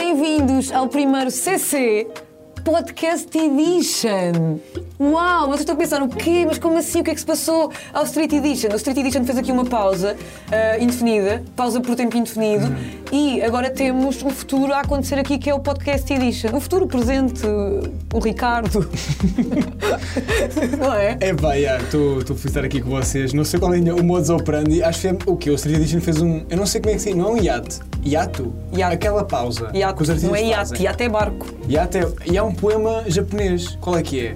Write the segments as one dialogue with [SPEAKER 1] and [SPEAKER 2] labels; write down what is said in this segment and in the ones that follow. [SPEAKER 1] bem-vindos ao primeiro CC Podcast Edition. Uau, mas eu estou a pensar, o quê? Mas como assim? O que é que se passou ao Street Edition? O Street Edition fez aqui uma pausa ah, indefinida, pausa por tempo indefinido,
[SPEAKER 2] Uhum.
[SPEAKER 1] e agora temos um futuro a acontecer aqui que é o Podcast Edition. O futuro, o presente, o Ricardo. Não é?
[SPEAKER 2] É pá, yeah, estou estou a felicitar aqui com vocês. Não sei qual é o modus operandi. Acho que foi o que? O Street Edition fez um. Eu não sei como é que se diz, não é um hiato. Hiato?
[SPEAKER 1] Hiato.
[SPEAKER 2] Aquela pausa.
[SPEAKER 1] Iate.
[SPEAKER 2] Que os artistas
[SPEAKER 1] Não é iate,
[SPEAKER 2] fazem.
[SPEAKER 1] iate é barco.
[SPEAKER 2] Hiato é. E há um poema japonês. Qual é que é?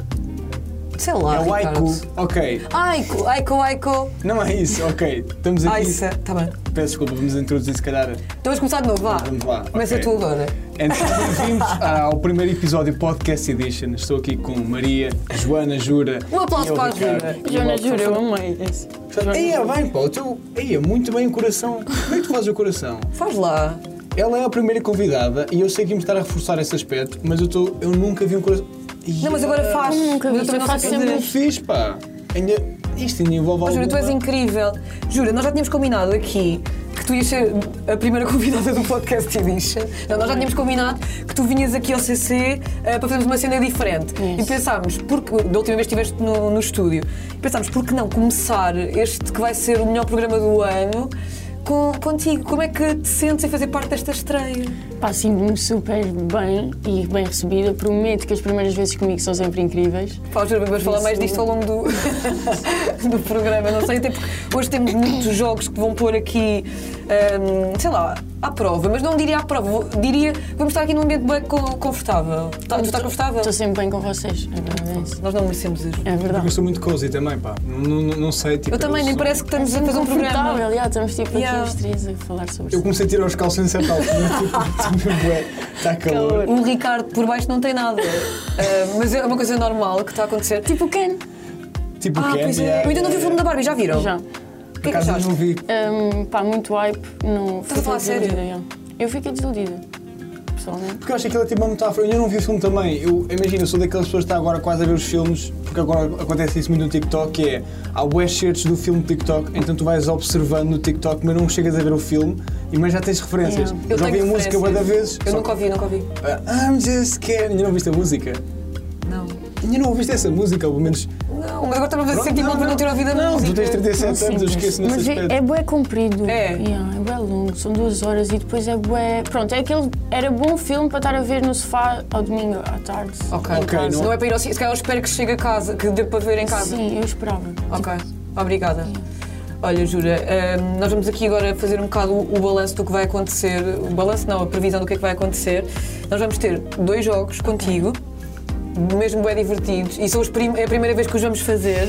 [SPEAKER 1] Sei lá.
[SPEAKER 2] é o
[SPEAKER 1] Ah, Ricardo.
[SPEAKER 2] haiku. Ok.
[SPEAKER 1] Aiko, Aiko, Aiko.
[SPEAKER 2] Não é isso, ok. Estamos aqui.
[SPEAKER 1] Aisa, tá bem.
[SPEAKER 2] Peço desculpa, vamos introduzir se calhar.
[SPEAKER 1] Então vamos começar de novo, vá.
[SPEAKER 2] Vamos lá,
[SPEAKER 1] Começa
[SPEAKER 2] ok.
[SPEAKER 1] tu agora.
[SPEAKER 2] Então, bem-vindos ao primeiro episódio Podcast Edition. Estou aqui com Maria, Joana Jura.
[SPEAKER 1] Um aplauso
[SPEAKER 2] e eu,
[SPEAKER 1] para a
[SPEAKER 2] Ricardo.
[SPEAKER 1] Jura.
[SPEAKER 2] E
[SPEAKER 3] Joana,
[SPEAKER 2] logo,
[SPEAKER 3] juro, eu amei esse. Joana,
[SPEAKER 2] Aí é bem, pá, o teu. Aí é muito bem o coração. Como é que tu fazes o coração?
[SPEAKER 1] Faz lá.
[SPEAKER 2] Ela é a primeira convidada e eu sei que me estar a reforçar esse aspecto, mas eu, tô, eu nunca vi um coração. Ih,
[SPEAKER 1] Não, mas agora faz.
[SPEAKER 3] Eu nunca
[SPEAKER 1] Mas
[SPEAKER 3] vi,
[SPEAKER 1] também
[SPEAKER 3] eu
[SPEAKER 1] não
[SPEAKER 3] faço
[SPEAKER 1] sei
[SPEAKER 2] Eu
[SPEAKER 1] fazer.
[SPEAKER 2] não fiz, pá. Ainda, isto ainda envolve
[SPEAKER 1] Oh, Jura, tu és
[SPEAKER 2] alguma-
[SPEAKER 1] incrível. Jura, nós já tínhamos combinado aqui que tu ias ser a primeira convidada do podcast Edition. Não, nós já tínhamos combinado que tu vinhas aqui ao CC eh, para fazermos uma cena diferente.
[SPEAKER 3] Yes.
[SPEAKER 1] E pensámos, porque da última vez que estiveste no, no estúdio, pensámos, por que não começar este que vai ser o melhor programa do ano com, contigo? Como é que te sentes em fazer parte desta estreia?
[SPEAKER 3] Pá, sinto-me super bem e bem recebida. Prometo que as primeiras vezes comigo são sempre incríveis.
[SPEAKER 1] Pá, juro, vamos falar mais disto ao longo do, do programa, não sei, até porque hoje temos muitos jogos que vão pôr aqui, hum, sei lá, à prova, mas não diria à prova, vou- diria vamos estar aqui num ambiente bem co- confortável. Tá, tu estás confortável?
[SPEAKER 3] Estou sempre bem com vocês. É Agradeço.
[SPEAKER 1] Nós não merecemos isso.
[SPEAKER 3] É
[SPEAKER 2] Porque eu
[SPEAKER 3] verdade.
[SPEAKER 2] sou muito cozy também, pá. Não, não, não- não sei, tipo.
[SPEAKER 1] Eu também, nem
[SPEAKER 2] sou-
[SPEAKER 1] parece que estamos a fazer um programa.
[SPEAKER 3] é Confortável, já, estamos tipo
[SPEAKER 1] Yeah.
[SPEAKER 3] aqui os três a falar sobre
[SPEAKER 2] Eu
[SPEAKER 3] isso.
[SPEAKER 2] comecei a tirar os calções é a certa altura. Está tipo, tá calor.
[SPEAKER 1] O Um Ricardo por baixo não tem nada, Ah, mas é uma coisa normal que está a acontecer.
[SPEAKER 3] Tipo o Ken.
[SPEAKER 2] Tipo,
[SPEAKER 1] Ah,
[SPEAKER 2] Candy,
[SPEAKER 1] pois é.
[SPEAKER 2] yeah,
[SPEAKER 1] Eu ainda não vi o filme da Barbie, já viram?
[SPEAKER 3] Já.
[SPEAKER 1] O que
[SPEAKER 2] Por
[SPEAKER 1] é que
[SPEAKER 2] acaso
[SPEAKER 1] achaste?
[SPEAKER 2] não vi.
[SPEAKER 3] Hum, pá, muito hype. Não,
[SPEAKER 1] Estás a falar sério?
[SPEAKER 3] desiludida. já. Eu fiquei desiludida, pessoalmente.
[SPEAKER 2] Porque eu acho que aquilo é tipo uma metáfora. Eu ainda não vi o filme também. Eu imagino, eu sou daquelas pessoas que está agora quase a ver os filmes, porque agora acontece isso muito no TikTok, que é há bué certos do filme TikTok, então tu vais observando no TikTok, mas não chegas a ver o filme, e- mas já tens referências.
[SPEAKER 3] Yeah.
[SPEAKER 1] Eu
[SPEAKER 2] já
[SPEAKER 1] tenho
[SPEAKER 2] ouvi a música
[SPEAKER 1] referências.
[SPEAKER 2] da vez.
[SPEAKER 1] Eu
[SPEAKER 2] só
[SPEAKER 1] nunca ouvi, nunca ouvi.
[SPEAKER 2] que, ah, I'm just scared. Ainda não viste a música?
[SPEAKER 1] Não.
[SPEAKER 2] Ainda não ouviste essa música, ou pelo menos.
[SPEAKER 1] Não, agora estava a
[SPEAKER 2] Pronto,
[SPEAKER 1] sentir mal por não ter ouvido a
[SPEAKER 2] não,
[SPEAKER 1] música.
[SPEAKER 2] Tu tens 37 anos, eu
[SPEAKER 3] Simples.
[SPEAKER 2] esqueço nesse
[SPEAKER 3] Mas é,
[SPEAKER 2] aspecto.
[SPEAKER 3] é bué comprido.
[SPEAKER 1] É.
[SPEAKER 3] Yeah, é bué longo, são duas horas e depois é bué... Pronto, é aquele... Era bom filme para estar a ver no sofá ao domingo à tarde.
[SPEAKER 1] Ok,
[SPEAKER 2] Ok,
[SPEAKER 1] não...
[SPEAKER 2] não-
[SPEAKER 1] é para ir ao cinema. Se calhar eu espero que chegue a casa, que dê para ver em casa.
[SPEAKER 3] Sim, eu esperava.
[SPEAKER 1] Ok, obrigada. Olha, Jura, hum, nós vamos aqui agora fazer um bocado o, o balanço do que vai acontecer. O balanço não, a previsão do que é que vai acontecer. Nós vamos ter dois jogos contigo, mesmo bem divertidos, e são os prim- é a primeira vez que os vamos fazer.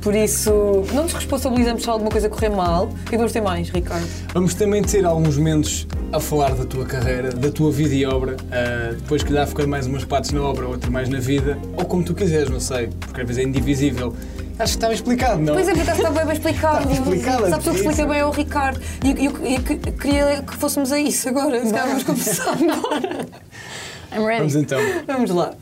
[SPEAKER 1] Por isso, não nos responsabilizamos se alguma coisa correr mal. O que é que vamos ter mais, Ricardo?
[SPEAKER 2] Vamos também ter alguns momentos a falar da tua carreira, da tua vida e obra. ah, depois, que dá focar mais umas partes na obra, outra mais na vida. Ou como tu quiseres, não sei. Porque às vezes é indivisível. Acho que estava explicado, não?
[SPEAKER 1] Pois é, porque está bem bem explicado.
[SPEAKER 2] Está explicado,
[SPEAKER 1] Sabe, a pessoa que
[SPEAKER 2] é
[SPEAKER 1] explica
[SPEAKER 2] isso.
[SPEAKER 1] bem é o Ricardo. E, e- e que- queria que fôssemos a isso agora. Se calhar vamos começar agora.
[SPEAKER 3] Tipo, I'm ready.
[SPEAKER 2] Vamos então.
[SPEAKER 1] Vamos lá.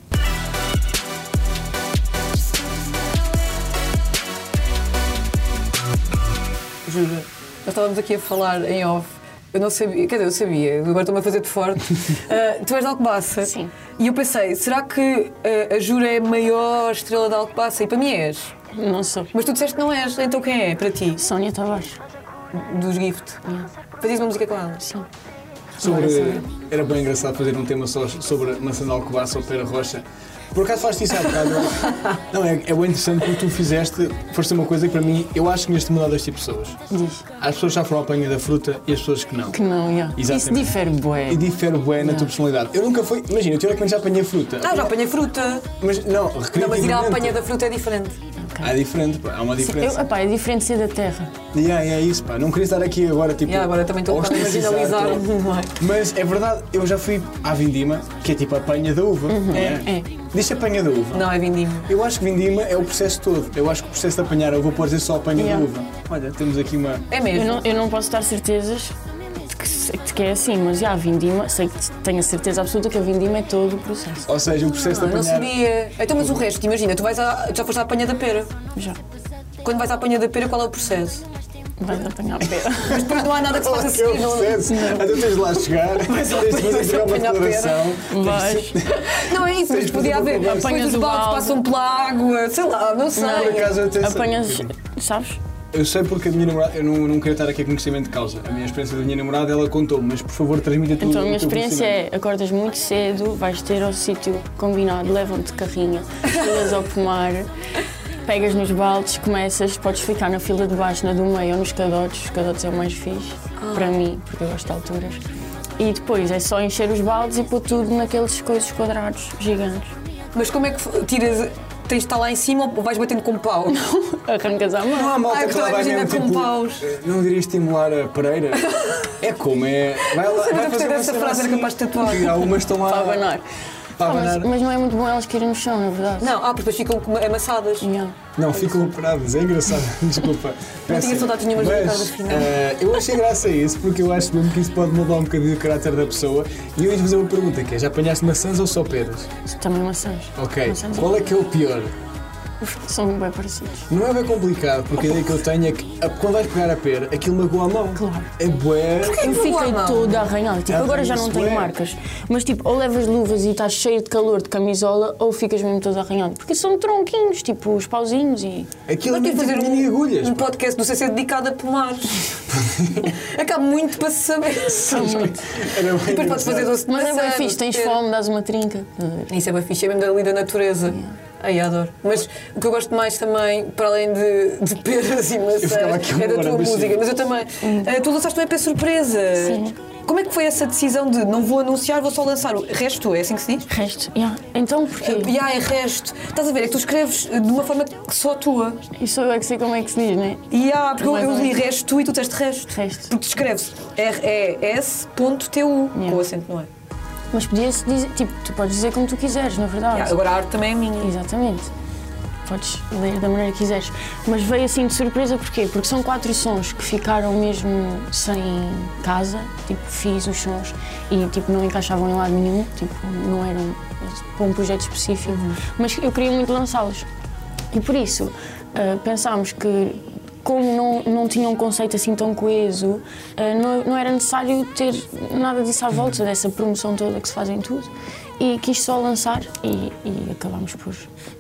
[SPEAKER 1] Juro, nós estávamos aqui a falar em off. Eu não sabia, quer dizer, eu sabia, agora estou-me a fazer de forte. Ah, tu és de Alcobaça.
[SPEAKER 3] Sim.
[SPEAKER 1] E eu pensei, será que ah, a Jura é a maior estrela de Alcobaça? E para mim és.
[SPEAKER 3] Não sou.
[SPEAKER 1] Mas tu disseste que não és, então quem é para ti?
[SPEAKER 3] Sónia Tavares.
[SPEAKER 1] Dos Gift. Fazias uma música com ela?
[SPEAKER 3] Sim.
[SPEAKER 2] Sobre, era bem engraçado fazer um tema só sobre maçã de Alcobaça ou pera roxa. Por acaso faz isso há bocado? Não, é, é bem interessante porque tu fizeste, foste uma coisa que para mim, eu acho que neste mudar deste tipo de pessoas.
[SPEAKER 3] Diz.
[SPEAKER 2] Há as pessoas que já foram à apanha da fruta e as pessoas que não.
[SPEAKER 3] Que não, yeah.
[SPEAKER 2] Exatamente.
[SPEAKER 3] Isso difere bué.
[SPEAKER 2] E difere bué na tua personalidade. Eu nunca fui, imagina, eu teoricamente já apanhei fruta.
[SPEAKER 1] Ah, já apanhei fruta.
[SPEAKER 2] Mas
[SPEAKER 1] Não,
[SPEAKER 2] não,
[SPEAKER 1] mas ir à
[SPEAKER 2] recreativamente,
[SPEAKER 1] apanha da fruta é diferente.
[SPEAKER 2] Há diferente, pá, há uma
[SPEAKER 3] Eu,
[SPEAKER 2] diferença.
[SPEAKER 3] epá, é diferente ser da terra.
[SPEAKER 2] E é, é isso, pá. Não queria estar aqui agora, tipo.
[SPEAKER 1] E agora também estou a marginalizar.
[SPEAKER 2] ostracizar, tô- Mas é verdade, eu já fui à Vindima, que é tipo a apanha da uva.
[SPEAKER 1] Uhum.
[SPEAKER 2] É.
[SPEAKER 3] é.
[SPEAKER 2] Diz apanha da uva.
[SPEAKER 1] Não, é vindimo.
[SPEAKER 2] Eu acho que Vindima é o processo todo. Eu acho que o processo de apanhar a uva pode ser só apanha
[SPEAKER 3] Yeah.
[SPEAKER 2] da uva. Olha, temos aqui uma.
[SPEAKER 1] É
[SPEAKER 3] Eu
[SPEAKER 1] mesmo.
[SPEAKER 3] não, eu não posso dar certezas de que, se- de que é assim, mas já, a Vindima, sei que tenho a certeza absoluta que a Vindima é todo o processo.
[SPEAKER 2] Ou seja, o processo
[SPEAKER 1] Ah,
[SPEAKER 2] de
[SPEAKER 1] não
[SPEAKER 2] apanhar.
[SPEAKER 1] sabia. Então, mas o resto, imagina, tu vais à, já foste à apanha da pera.
[SPEAKER 3] Já.
[SPEAKER 1] Quando vais à apanha da pera, qual é o processo?
[SPEAKER 3] Vais apanhar pera.
[SPEAKER 1] Mas depois não há nada que se possa
[SPEAKER 2] que é o
[SPEAKER 1] seguir. não-
[SPEAKER 2] processo. Até tens de lá chegar, tens de fazer
[SPEAKER 1] vais
[SPEAKER 2] tirar uma
[SPEAKER 1] apanhar pera.
[SPEAKER 2] declaração.
[SPEAKER 3] Vais.
[SPEAKER 1] Não é isso, mas
[SPEAKER 2] Sim,
[SPEAKER 1] podia haver.
[SPEAKER 2] apanhas
[SPEAKER 1] Depois os
[SPEAKER 3] o
[SPEAKER 1] baldes
[SPEAKER 3] balde.
[SPEAKER 1] passam pela água, sei lá, não sei.
[SPEAKER 2] Por acaso eu até sei.
[SPEAKER 3] Apanhas. Sabes?
[SPEAKER 2] Eu sei porque a minha namorada, eu não, não queria estar aqui a conhecimento de causa. A minha experiência da minha namorada, ela contou, mas por favor transmita tudo.
[SPEAKER 3] Então a minha experiência é: acordas muito cedo, vais ter ao sítio combinado, levam-te de carrinha, filas ao pomar, pegas nos baldes, começas, podes ficar na fila de baixo, na do meio ou nos cadotes. Os cadotes é o mais fixe, para mim, porque eu gosto de alturas. E depois é só encher os baldes e pôr tudo naqueles coisas quadrados gigantes.
[SPEAKER 1] Mas como é que f- tiras. Tens de estar lá em cima ou vais batendo com pau?
[SPEAKER 3] Arrancas à
[SPEAKER 2] Não
[SPEAKER 3] mão.
[SPEAKER 2] há Ah, malta
[SPEAKER 1] Ai,
[SPEAKER 2] que lá vai
[SPEAKER 1] imagina
[SPEAKER 2] mesmo,
[SPEAKER 1] com
[SPEAKER 2] tipo,
[SPEAKER 1] paus.
[SPEAKER 2] não diria estimular a pareira. É como, é... Vai lá,
[SPEAKER 1] sei, mas
[SPEAKER 2] vai
[SPEAKER 1] eu gostei
[SPEAKER 2] fazer uma
[SPEAKER 1] dessa
[SPEAKER 2] cena
[SPEAKER 1] frase, era
[SPEAKER 2] assim,
[SPEAKER 1] capaz de tatuar.
[SPEAKER 2] e Há umas que estão lá...
[SPEAKER 3] Para abanar.
[SPEAKER 2] Para
[SPEAKER 3] Ah, mas,
[SPEAKER 2] abanar.
[SPEAKER 3] mas não é muito bom elas caírem no chão, na verdade.
[SPEAKER 1] Não, ah, porque depois ficam com- amassadas.
[SPEAKER 3] Yeah.
[SPEAKER 2] Não, ficam operados, é engraçado, desculpa. Não
[SPEAKER 1] saudades nenhumas do Ricardo Afinal.
[SPEAKER 2] eu achei graça a isso, porque eu acho mesmo que isso pode mudar um bocadinho o caráter da pessoa. E eu ia fazer uma pergunta, que é, já apanhaste maçãs ou só peras?
[SPEAKER 3] Também é maçãs.
[SPEAKER 2] Ok,
[SPEAKER 3] Maçãs
[SPEAKER 2] qual é que é o pior?
[SPEAKER 3] São bem parecidos.
[SPEAKER 2] Não é bem complicado, porque a ideia que eu tenho é que a- quando vais pegar a pera, aquilo magoa a mão.
[SPEAKER 3] Claro.
[SPEAKER 2] É bué.
[SPEAKER 3] Eu
[SPEAKER 1] Vou à
[SPEAKER 3] fiquei
[SPEAKER 1] mão.
[SPEAKER 3] toda arranhada. Tipo, agora já não
[SPEAKER 2] Arranha-se,
[SPEAKER 3] tenho
[SPEAKER 2] ué.
[SPEAKER 3] marcas. Mas tipo, ou levas luvas e estás cheio de calor de camisola, ou ficas mesmo todo arranhado. Porque são tronquinhos, tipo, os pauzinhos e.
[SPEAKER 2] Aquilo é
[SPEAKER 1] Mas tem que
[SPEAKER 2] mesmo
[SPEAKER 1] fazer
[SPEAKER 2] tipo mini agulhas.
[SPEAKER 1] um, um
[SPEAKER 2] pá.
[SPEAKER 1] podcast do CC dedicado a pomares. Acaba muito para se saber.
[SPEAKER 2] Era bem
[SPEAKER 1] Depois podes
[SPEAKER 2] engraçado.
[SPEAKER 1] fazer doce de
[SPEAKER 3] Mas é
[SPEAKER 1] maçã,
[SPEAKER 3] bem fixe, tens
[SPEAKER 1] ter-
[SPEAKER 3] fome, dás uma trinca.
[SPEAKER 1] Isso é bem fixe, é mesmo ali da natureza. Ai, adoro. Mas o que eu gosto mais também, para além de, de peras e maçãs,
[SPEAKER 2] ficava aqui uma
[SPEAKER 1] é da
[SPEAKER 2] hora,
[SPEAKER 1] tua
[SPEAKER 2] mas sim.
[SPEAKER 1] música. Mas eu também. Eh, tu lançaste um EP surpresa.
[SPEAKER 3] Uhum. Sim.
[SPEAKER 1] Como é que foi essa decisão de não vou anunciar, vou só lançar o resto? É assim que se diz?
[SPEAKER 3] Resto. yeah. Então porquê?
[SPEAKER 1] E há é resto. Estás a ver? É que tu escreves eh, de uma forma que só tua.
[SPEAKER 3] E sou eu é que sei como é que se diz, né?
[SPEAKER 1] E há, porque eu,
[SPEAKER 3] Mais
[SPEAKER 1] eu
[SPEAKER 3] ou
[SPEAKER 1] li
[SPEAKER 3] menos.
[SPEAKER 1] resto e tu teste resto.
[SPEAKER 3] Resto.
[SPEAKER 1] Porque tu escreves res.tu,
[SPEAKER 3] Yeah.
[SPEAKER 1] com o acento, não é?
[SPEAKER 3] Mas podia-se dizer, tipo, tu podes dizer como tu quiseres, na verdade.
[SPEAKER 1] Yeah, agora a arte também é minha.
[SPEAKER 3] Exatamente. Podes ler da maneira que quiseres. Mas veio assim de surpresa porquê? Porque são quatro sons que ficaram mesmo sem casa. Tipo, fiz os sons e tipo, não encaixavam em lado nenhum. Tipo, não eram para um projeto específico. Mas eu queria muito lançá-los. E por isso, ah, pensámos que como não, não tinha um conceito assim tão coeso, ah, não, não era necessário ter nada disso à volta, dessa promoção toda que se faz em tudo. E quis só lançar e, e acabámos por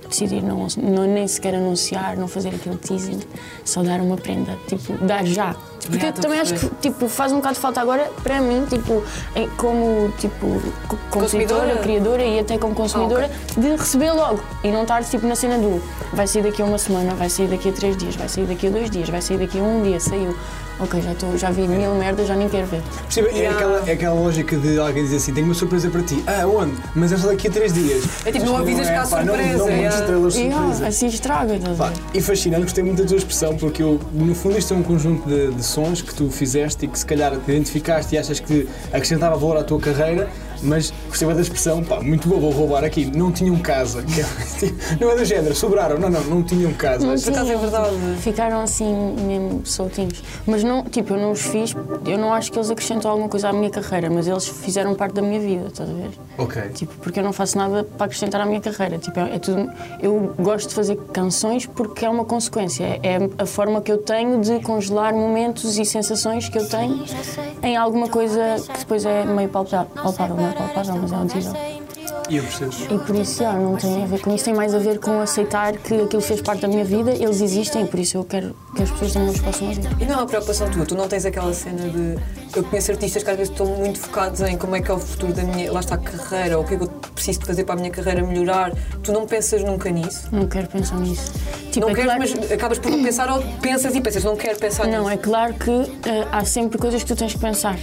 [SPEAKER 3] decidir não, não- nem sequer anunciar, não fazer aquele teasing, só dar uma prenda, tipo, dar já. Porque
[SPEAKER 1] Yeah,
[SPEAKER 3] eu
[SPEAKER 1] estou a
[SPEAKER 3] também acho que
[SPEAKER 1] perceber.
[SPEAKER 3] tipo, faz um bocado de falta agora, para mim, tipo, em- como tipo, co-
[SPEAKER 1] Consumidora?
[SPEAKER 3] compositora, criadora e até como consumidora, de receber logo e não estar tipo na cena do vai sair daqui a uma semana, vai sair daqui a três dias, vai sair daqui a dois dias, vai sair daqui a um dia, saiu. Ok, já, tô, já vi mil merdas, já nem quero ver.
[SPEAKER 2] Percebe? É,
[SPEAKER 1] Yeah.
[SPEAKER 2] aquela, é aquela lógica de alguém dizer assim: tenho uma surpresa para ti. Ah, onde? Mas é só daqui a três dias.
[SPEAKER 1] É tipo, não
[SPEAKER 2] Mas
[SPEAKER 1] avisas
[SPEAKER 2] é,
[SPEAKER 1] que há
[SPEAKER 2] pá, não-
[SPEAKER 1] surpresa,
[SPEAKER 2] Não,
[SPEAKER 1] yeah.
[SPEAKER 2] muitas trailers
[SPEAKER 3] E
[SPEAKER 2] surpresa.
[SPEAKER 3] ah, assim estraga, estás a
[SPEAKER 2] Pá,
[SPEAKER 3] ver?
[SPEAKER 2] e fascinante, gostei muito da tua expressão, porque eu, no fundo, isto é um conjunto de, de sons que tu fizeste e que se calhar te identificaste e achas que acrescentava valor à tua carreira, mas gostei muito da expressão, pá, muito boa, vou roubar aqui, não tinham casa. que é, tipo, não é do género, sobraram, não, não, não tinham casa.
[SPEAKER 3] Não
[SPEAKER 1] Por acaso é verdade.
[SPEAKER 3] Ficaram assim mesmo soltinhos. Mas não, tipo, eu não os fiz, eu não acho que eles acrescentam alguma coisa à minha carreira, mas eles fizeram parte da minha vida, estás a ver?
[SPEAKER 2] Ok.
[SPEAKER 3] Tipo, porque eu não faço nada para acrescentar à minha carreira. Tipo, é, é tudo, eu gosto de fazer canções porque é uma consequência. É a forma que eu tenho de congelar momentos e sensações que eu tenho Então em alguma coisa que depois é meio palpável. Palpável, não é palpável, mas é audível.
[SPEAKER 2] E eu percebo.
[SPEAKER 3] E por isso, ah, não tem a ver com isso, tem mais a ver com aceitar que aquilo fez parte da minha vida, eles existem, por isso eu quero que as pessoas também os possam ouvir.
[SPEAKER 1] E não é uma preocupação tua, tu não tens aquela cena de. Eu conheço artistas que às vezes estão muito focados em como é que é o futuro da minha. Lá está a carreira, ou o que é que eu preciso de fazer para a minha carreira melhorar. Tu não pensas nunca nisso?
[SPEAKER 3] Não quero pensar nisso. Tipo,
[SPEAKER 1] Não
[SPEAKER 3] é
[SPEAKER 1] queres,
[SPEAKER 3] claro-
[SPEAKER 1] mas acabas por não pensar, ou pensas e pensas, não quero pensar
[SPEAKER 3] Não,
[SPEAKER 1] nisso.
[SPEAKER 3] é claro que eh, há sempre coisas que tu tens que pensar.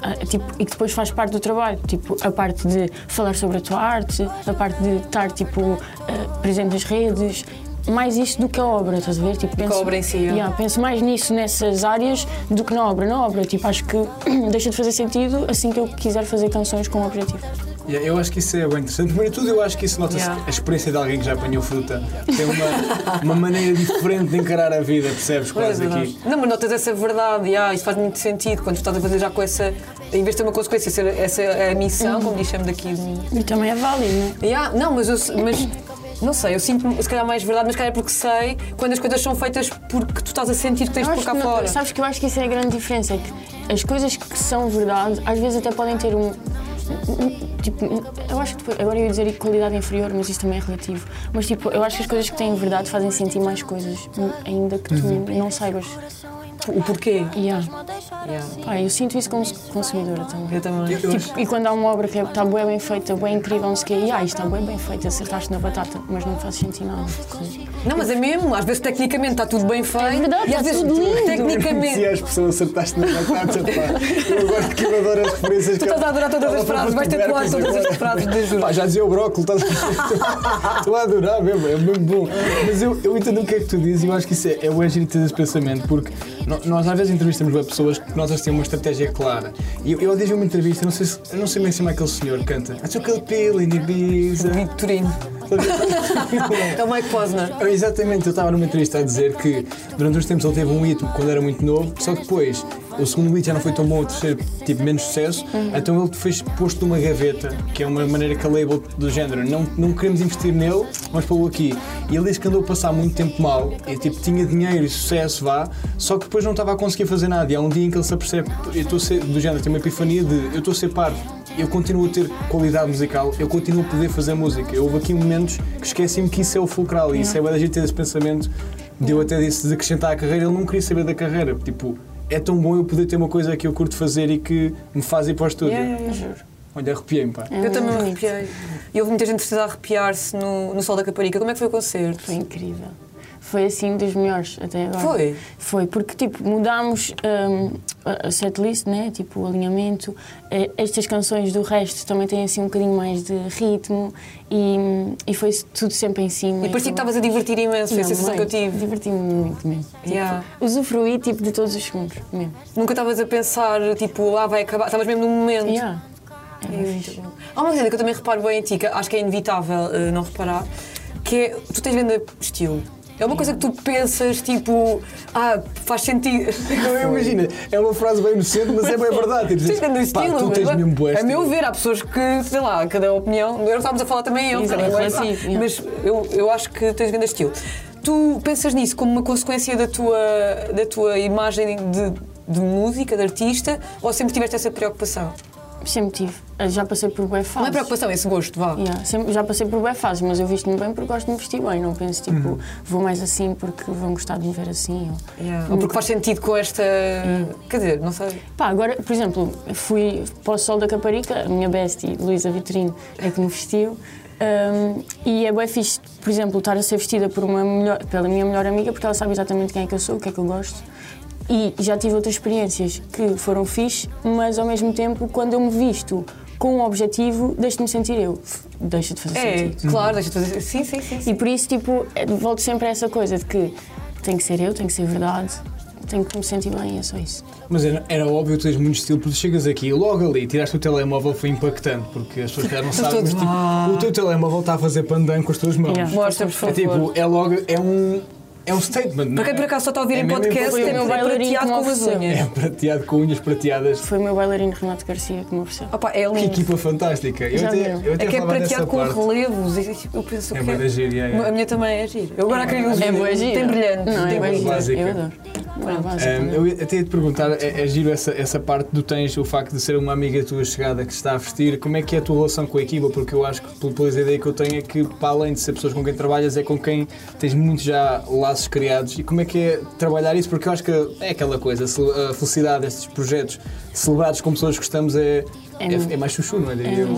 [SPEAKER 3] Ah, tipo, e que depois faz parte do trabalho, tipo a parte de falar sobre a tua arte, a parte de estar tipo eh, presente nas redes, mais isso do que a obra, estás a ver? Tipo, penso,
[SPEAKER 1] obra em si, é.
[SPEAKER 3] Yeah, penso mais nisso, nessas áreas, do que na obra. Na obra, tipo, acho que deixa de fazer sentido assim que eu quiser fazer canções com um objetivo.
[SPEAKER 2] Yeah, eu acho que isso é bem interessante. Primeiro de tudo, eu acho que isso nota-se
[SPEAKER 1] Yeah.
[SPEAKER 2] a experiência de alguém que já apanhou fruta. Tem uma, uma maneira diferente de encarar a vida, percebes? Quase
[SPEAKER 1] Não,
[SPEAKER 2] aqui.
[SPEAKER 1] não, mas notas essa verdade, e, ah, isso faz muito sentido quando tu estás a fazer já com essa. Em vez de ter uma consequência,
[SPEAKER 3] Uhum.
[SPEAKER 1] ser essa é a missão, como diz chamo daqui. de mim.
[SPEAKER 3] E também é válido, não é?
[SPEAKER 1] E, ah, não, mas, eu, mas
[SPEAKER 3] sentias?
[SPEAKER 1] Não sei, eu sinto-me, se calhar, mais verdade, mas se calhar é porque sei quando as coisas são feitas porque tu estás a sentir que tens
[SPEAKER 3] Eu
[SPEAKER 1] de pôr
[SPEAKER 3] acho
[SPEAKER 1] cá
[SPEAKER 3] que não-
[SPEAKER 1] fora.
[SPEAKER 3] Sabes que eu acho que isso é a grande diferença, é que as coisas que são verdade às vezes até podem ter um. Tipo, eu acho que depois- agora eu ia dizer qualidade inferior, mas isso também é relativo. Mas tipo, eu acho que as coisas que têm verdade fazem sentir mais coisas, ainda que tu não saibas.
[SPEAKER 1] O porquê?
[SPEAKER 3] Yeah.
[SPEAKER 1] Yeah.
[SPEAKER 3] Pá, eu sinto isso como consumidora também. Tipo,
[SPEAKER 1] Eu também. Tipo,
[SPEAKER 2] Eu- eu acho-
[SPEAKER 3] E quando há uma obra que está bem, bem feita, bem incrível, não sei o quê, e ah, isto está bem, bem feita, acertaste na batata, mas não faz sentir nada.
[SPEAKER 1] Não, mas é mesmo, às vezes tecnicamente está tudo bem feito.
[SPEAKER 3] É verdade,
[SPEAKER 1] e às
[SPEAKER 3] está
[SPEAKER 1] vezes
[SPEAKER 3] tudo lindo.
[SPEAKER 2] Se
[SPEAKER 1] tecnicamente.
[SPEAKER 2] a expressão acertaste na batata, pá. Eu gosto que eu adoro as referências.
[SPEAKER 1] Tu estás a adorar todas as frases, vais tatuar todas as frases de juro.
[SPEAKER 2] Pá, já dizia o brócolis, estás a- estou a adorar mesmo, é mesmo bom. Mas eu, eu entendo o que é que tu dizes e eu acho que isso é, é o agir ter esse pensamento, porque no- nós às vezes entrevistamos bué pessoas que nós têm uma estratégia clara. E eu, eu dei uma entrevista, não sei, se, eu não sei bem se é aquele senhor que canta. I took a pill in Ibiza. Tipo,
[SPEAKER 1] Vitor Turino. É o Mike Posner.
[SPEAKER 2] Eu, Ah, Exatamente, eu estava numa entrevista a dizer que durante uns tempos ele teve um hit quando era muito novo, só que depois o segundo hit já não foi tão bom, o terceiro tipo menos sucesso, então ele foi posto numa gaveta, que é uma maneira que a label do género, não, não queremos investir nele, mas pô-lo aqui. E ele disse que andou a passar muito tempo mal, e tipo tinha dinheiro e sucesso, vá, só que depois não estava a conseguir fazer nada. E há um dia em que ele se apercebe, eu estou a ser, do género, tem uma epifania de eu estou a ser parvo eu continuo a ter qualidade musical, eu continuo a poder fazer música. Eu Houve aqui momentos que esqueci-me que isso é o fulcral e isso é bué da gente ter esse pensamento de eu até disse de acrescentar à carreira, ele não queria saber da carreira. Tipo, é tão bom eu poder ter uma coisa que eu curto fazer e que me faz ir para o estúdio.
[SPEAKER 1] Yeah, yeah, yeah. É.
[SPEAKER 2] Olha, arrepiei-me, pá.
[SPEAKER 3] É
[SPEAKER 1] Eu também me arrepiei. E houve muita gente precisa arrepiar-se no, no Sol da Caparica. Como é que foi o concerto?
[SPEAKER 3] Foi incrível. Foi assim dos melhores até agora.
[SPEAKER 1] Foi?
[SPEAKER 3] Foi, porque tipo, mudámos hum, a a setlist, né? tipo, o alinhamento. Eh, Estas canções do resto também têm assim um bocadinho mais de ritmo e, e foi tudo sempre em cima.
[SPEAKER 1] E parecia que
[SPEAKER 3] acabou-
[SPEAKER 1] estavas a divertir imenso, foi a
[SPEAKER 3] Não,
[SPEAKER 1] sensação que eu
[SPEAKER 3] muito.
[SPEAKER 1] tive.
[SPEAKER 3] Diverti-me muito mesmo. Tipo,
[SPEAKER 1] Yeah.
[SPEAKER 3] Usufruí tipo, de todos os segundos mesmo.
[SPEAKER 1] Nunca estavas a pensar, tipo, ah, vai acabar. Estavas mesmo no momento.
[SPEAKER 3] Yeah. É
[SPEAKER 1] É
[SPEAKER 3] bem
[SPEAKER 1] muito
[SPEAKER 3] fixe.
[SPEAKER 1] bom. Há uma coisa que eu também reparo bem em ti, que acho que é inevitável eh, não reparar, que é tu tens grande estilo. É uma coisa que tu pensas, tipo, ah, faz sentido.
[SPEAKER 2] Não, imagina, é uma frase bem inocente, mas é bem verdade. Tipo,
[SPEAKER 1] Tens grande
[SPEAKER 2] pá,
[SPEAKER 1] estilo,
[SPEAKER 2] tu
[SPEAKER 1] mas, é
[SPEAKER 2] tens mesmo tipo, bué
[SPEAKER 1] A meu
[SPEAKER 2] estilo.
[SPEAKER 1] ver, há pessoas que, sei lá, cada opinião. Agora estávamos a falar também eu,
[SPEAKER 3] Sim,
[SPEAKER 1] também,
[SPEAKER 3] é
[SPEAKER 1] mas,
[SPEAKER 3] relativo,
[SPEAKER 1] pá,
[SPEAKER 3] é.
[SPEAKER 1] mas eu, eu acho que tens grande estilo. Tu pensas nisso como uma consequência da tua, da tua imagem de, de música, de artista, ou sempre tiveste essa preocupação?
[SPEAKER 3] Sempre tive. Eh, Já passei por bué fases.
[SPEAKER 1] Não é preocupação, é esse gosto, vá.
[SPEAKER 3] Yeah, sempre- já passei por bem fases, mas eu visto-me bem porque gosto de me vestir bem. Não penso tipo, vou mais assim porque vão gostar de me ver assim. Ou...
[SPEAKER 1] Yeah. Ou porque faz sentido com esta.
[SPEAKER 3] Hum.
[SPEAKER 1] Quer dizer, não sei.
[SPEAKER 3] Pá, agora, por exemplo, fui para o Sol da Caparica, a minha bestie, Luísa Vitorino, é que me vestiu. ahm, e é bem fixe, por exemplo, estar a ser vestida por uma melhor- pela minha melhor amiga porque ela sabe exatamente quem é que eu sou, o que é que eu gosto. E já tive outras experiências que foram fixe, mas ao mesmo tempo, quando eu me visto com um objetivo, deixo-me sentir eu. Deixa de fazer
[SPEAKER 1] É,
[SPEAKER 3] sentido.
[SPEAKER 1] claro, deixa-te fazer. Sim, sim, sim. sim.
[SPEAKER 3] E por isso, tipo, é- volto sempre a essa coisa de que tem que ser eu, tem que ser verdade, tenho que me sentir bem, é só isso.
[SPEAKER 2] Mas era, era óbvio que tu tens muito estilo, porque tu chegas aqui, logo ali, tiraste o telemóvel, foi impactante, porque as pessoas já não sabem, mas tipo, o teu telemóvel está a fazer pandan com as tuas mãos.
[SPEAKER 3] Yeah.
[SPEAKER 1] Mostra, por
[SPEAKER 2] É
[SPEAKER 1] favor.
[SPEAKER 2] tipo, é logo, é um, é um statement, não
[SPEAKER 1] Para quem
[SPEAKER 2] é?
[SPEAKER 1] por acaso só está a ouvir
[SPEAKER 2] É
[SPEAKER 1] em
[SPEAKER 2] mesmo
[SPEAKER 1] podcast,
[SPEAKER 2] importante.
[SPEAKER 1] tem
[SPEAKER 3] Foi o meu um bailarino
[SPEAKER 1] prateado
[SPEAKER 3] que me
[SPEAKER 1] com as
[SPEAKER 3] ofereceu.
[SPEAKER 1] unhas.
[SPEAKER 2] É prateado com unhas prateadas.
[SPEAKER 3] Foi o meu bailarino Renato Garcia que me ofereceu.
[SPEAKER 1] Opa, é
[SPEAKER 2] Que
[SPEAKER 1] lindo.
[SPEAKER 2] equipa fantástica. Eu
[SPEAKER 3] Já
[SPEAKER 2] até,
[SPEAKER 3] viu.
[SPEAKER 2] eu até
[SPEAKER 1] É que é
[SPEAKER 2] falava
[SPEAKER 1] prateado
[SPEAKER 2] dessa
[SPEAKER 1] com
[SPEAKER 2] parte.
[SPEAKER 1] relevos. e Eu penso
[SPEAKER 2] É
[SPEAKER 1] que
[SPEAKER 2] bué da giro, yeah, yeah.
[SPEAKER 1] A minha também é gira. Eu agora queria os
[SPEAKER 3] boa gira.
[SPEAKER 1] Tem brilhante.
[SPEAKER 3] Não,
[SPEAKER 1] tem
[SPEAKER 3] é boa
[SPEAKER 2] brilhante.
[SPEAKER 3] gira.
[SPEAKER 2] Básica. Ehm,
[SPEAKER 3] Eu adoro. Não é básica.
[SPEAKER 2] Ahm, eu ia- até ia te perguntar, é, é giro essa, essa parte do tens o facto de ser uma amiga tua chegada que se está a vestir, como é que é a tua relação com a equipa? Porque eu acho que, pelo- pela ideia que eu tenho, é que para além de ser pessoas com quem trabalhas, é com quem tens muito já laços criados. E como é que é trabalhar isso? Porque eu acho que é aquela coisa, a cele- a felicidade destes projetos celebrados com pessoas que gostamos é, é,
[SPEAKER 3] É-
[SPEAKER 2] é mais chuchu, não é? Diria eu.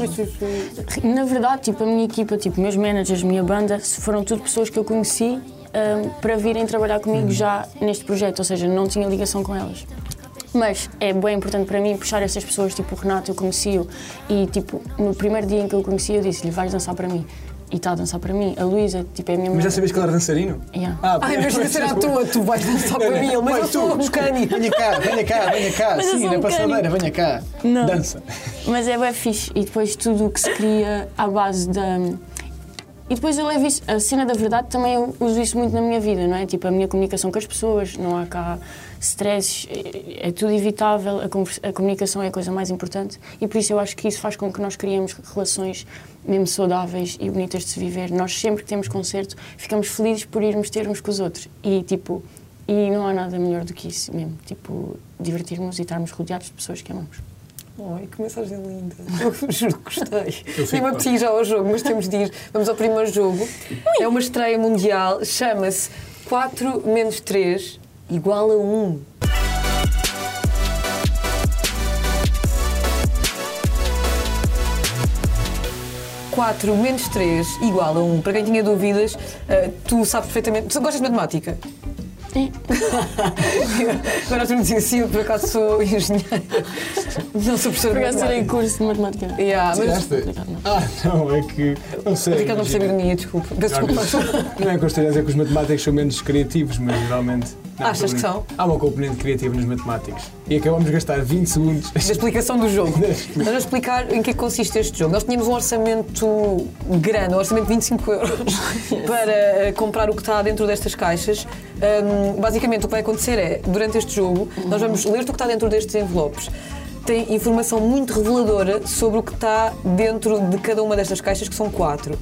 [SPEAKER 3] Na verdade, tipo, a minha equipa, tipo, meus managers, minha banda, se foram tudo pessoas que eu conheci hum, para virem trabalhar comigo já neste projeto, ou seja, não tinha ligação com elas. Mas é bem importante para mim puxar essas pessoas, tipo o Renato, eu conheci-o e tipo, no primeiro dia em que eu o conheci, eu disse-lhe: vais dançar para mim. E está a dançar para mim. A Luísa, tipo, é a minha
[SPEAKER 2] Mas já
[SPEAKER 3] mãe.
[SPEAKER 2] sabias que ele era dançarino?
[SPEAKER 3] Yeah.
[SPEAKER 1] Ai, mas
[SPEAKER 2] pois,
[SPEAKER 1] será a tua, tu vais dançar para mim, mas eu
[SPEAKER 2] Vai,
[SPEAKER 1] sou
[SPEAKER 2] tu,
[SPEAKER 1] mecânico.
[SPEAKER 2] Venha cá, venha cá, venha cá,
[SPEAKER 3] Mas eu
[SPEAKER 2] sim,
[SPEAKER 3] sou
[SPEAKER 2] na
[SPEAKER 3] um
[SPEAKER 2] passadeira,
[SPEAKER 3] mecânico.
[SPEAKER 2] venha cá.
[SPEAKER 3] Não.
[SPEAKER 2] Dança.
[SPEAKER 3] Mas é bem fixe. E depois tudo o que se cria à base da. E depois eu levo isso, a cena da verdade também eu uso isso muito na minha vida, não é? Tipo, a minha comunicação com as pessoas, não há cá stress, é, é tudo evitável, a, convers- a comunicação é a coisa mais importante e por isso eu acho que isso faz com que nós criemos relações mesmo saudáveis e bonitas de se viver. Nós sempre que temos concerto ficamos felizes por irmos ter uns com os outros e tipo, e não há nada melhor do que isso mesmo, tipo, divertirmos e estarmos rodeados de pessoas que amamos.
[SPEAKER 1] Ai, que mensagem linda. Eu juro que gostei.
[SPEAKER 2] Eu
[SPEAKER 1] Nem
[SPEAKER 2] fico
[SPEAKER 1] me
[SPEAKER 2] bem.
[SPEAKER 1] apetite já ao jogo, mas temos de ir. Vamos ao primeiro jogo. É uma estreia mundial. Chama-se 4 menos 3 igual a 1. Quatro menos 3 igual a 1. Para quem tinha dúvidas, eh, tu sabes perfeitamente. Tu gostas de matemática? Agora tu me dizes assim, eu por acaso sou engenheira. Não sou professora de
[SPEAKER 3] Por acaso tirei
[SPEAKER 1] matemática.
[SPEAKER 3] curso de matemática.
[SPEAKER 1] Yeah, mas-
[SPEAKER 2] Tiraste? Ah, não, é que. Não sei.
[SPEAKER 1] Ricardo não percebe ironia, desculpa. Peço desculpa.
[SPEAKER 2] Não é que eu esteja a dizer que os matemáticos são menos criativos, mas geralmente. não,
[SPEAKER 1] Achas que
[SPEAKER 2] estou brincando.
[SPEAKER 1] são?
[SPEAKER 2] Há uma componente criativa nos matemáticos. E acabamos de gastar 20 segundos.
[SPEAKER 1] Da explicação do jogo. Nós vamos explicar em que é que consiste este jogo. Nós tínhamos um orçamento grande, um orçamento de 25 euros, para eh, comprar o que está dentro destas caixas. Ahm, basicamente, o que vai acontecer é, durante este jogo, nós vamos ler o que está dentro destes envelopes. Tem informação muito reveladora sobre o que está dentro de cada uma destas caixas, que são quatro.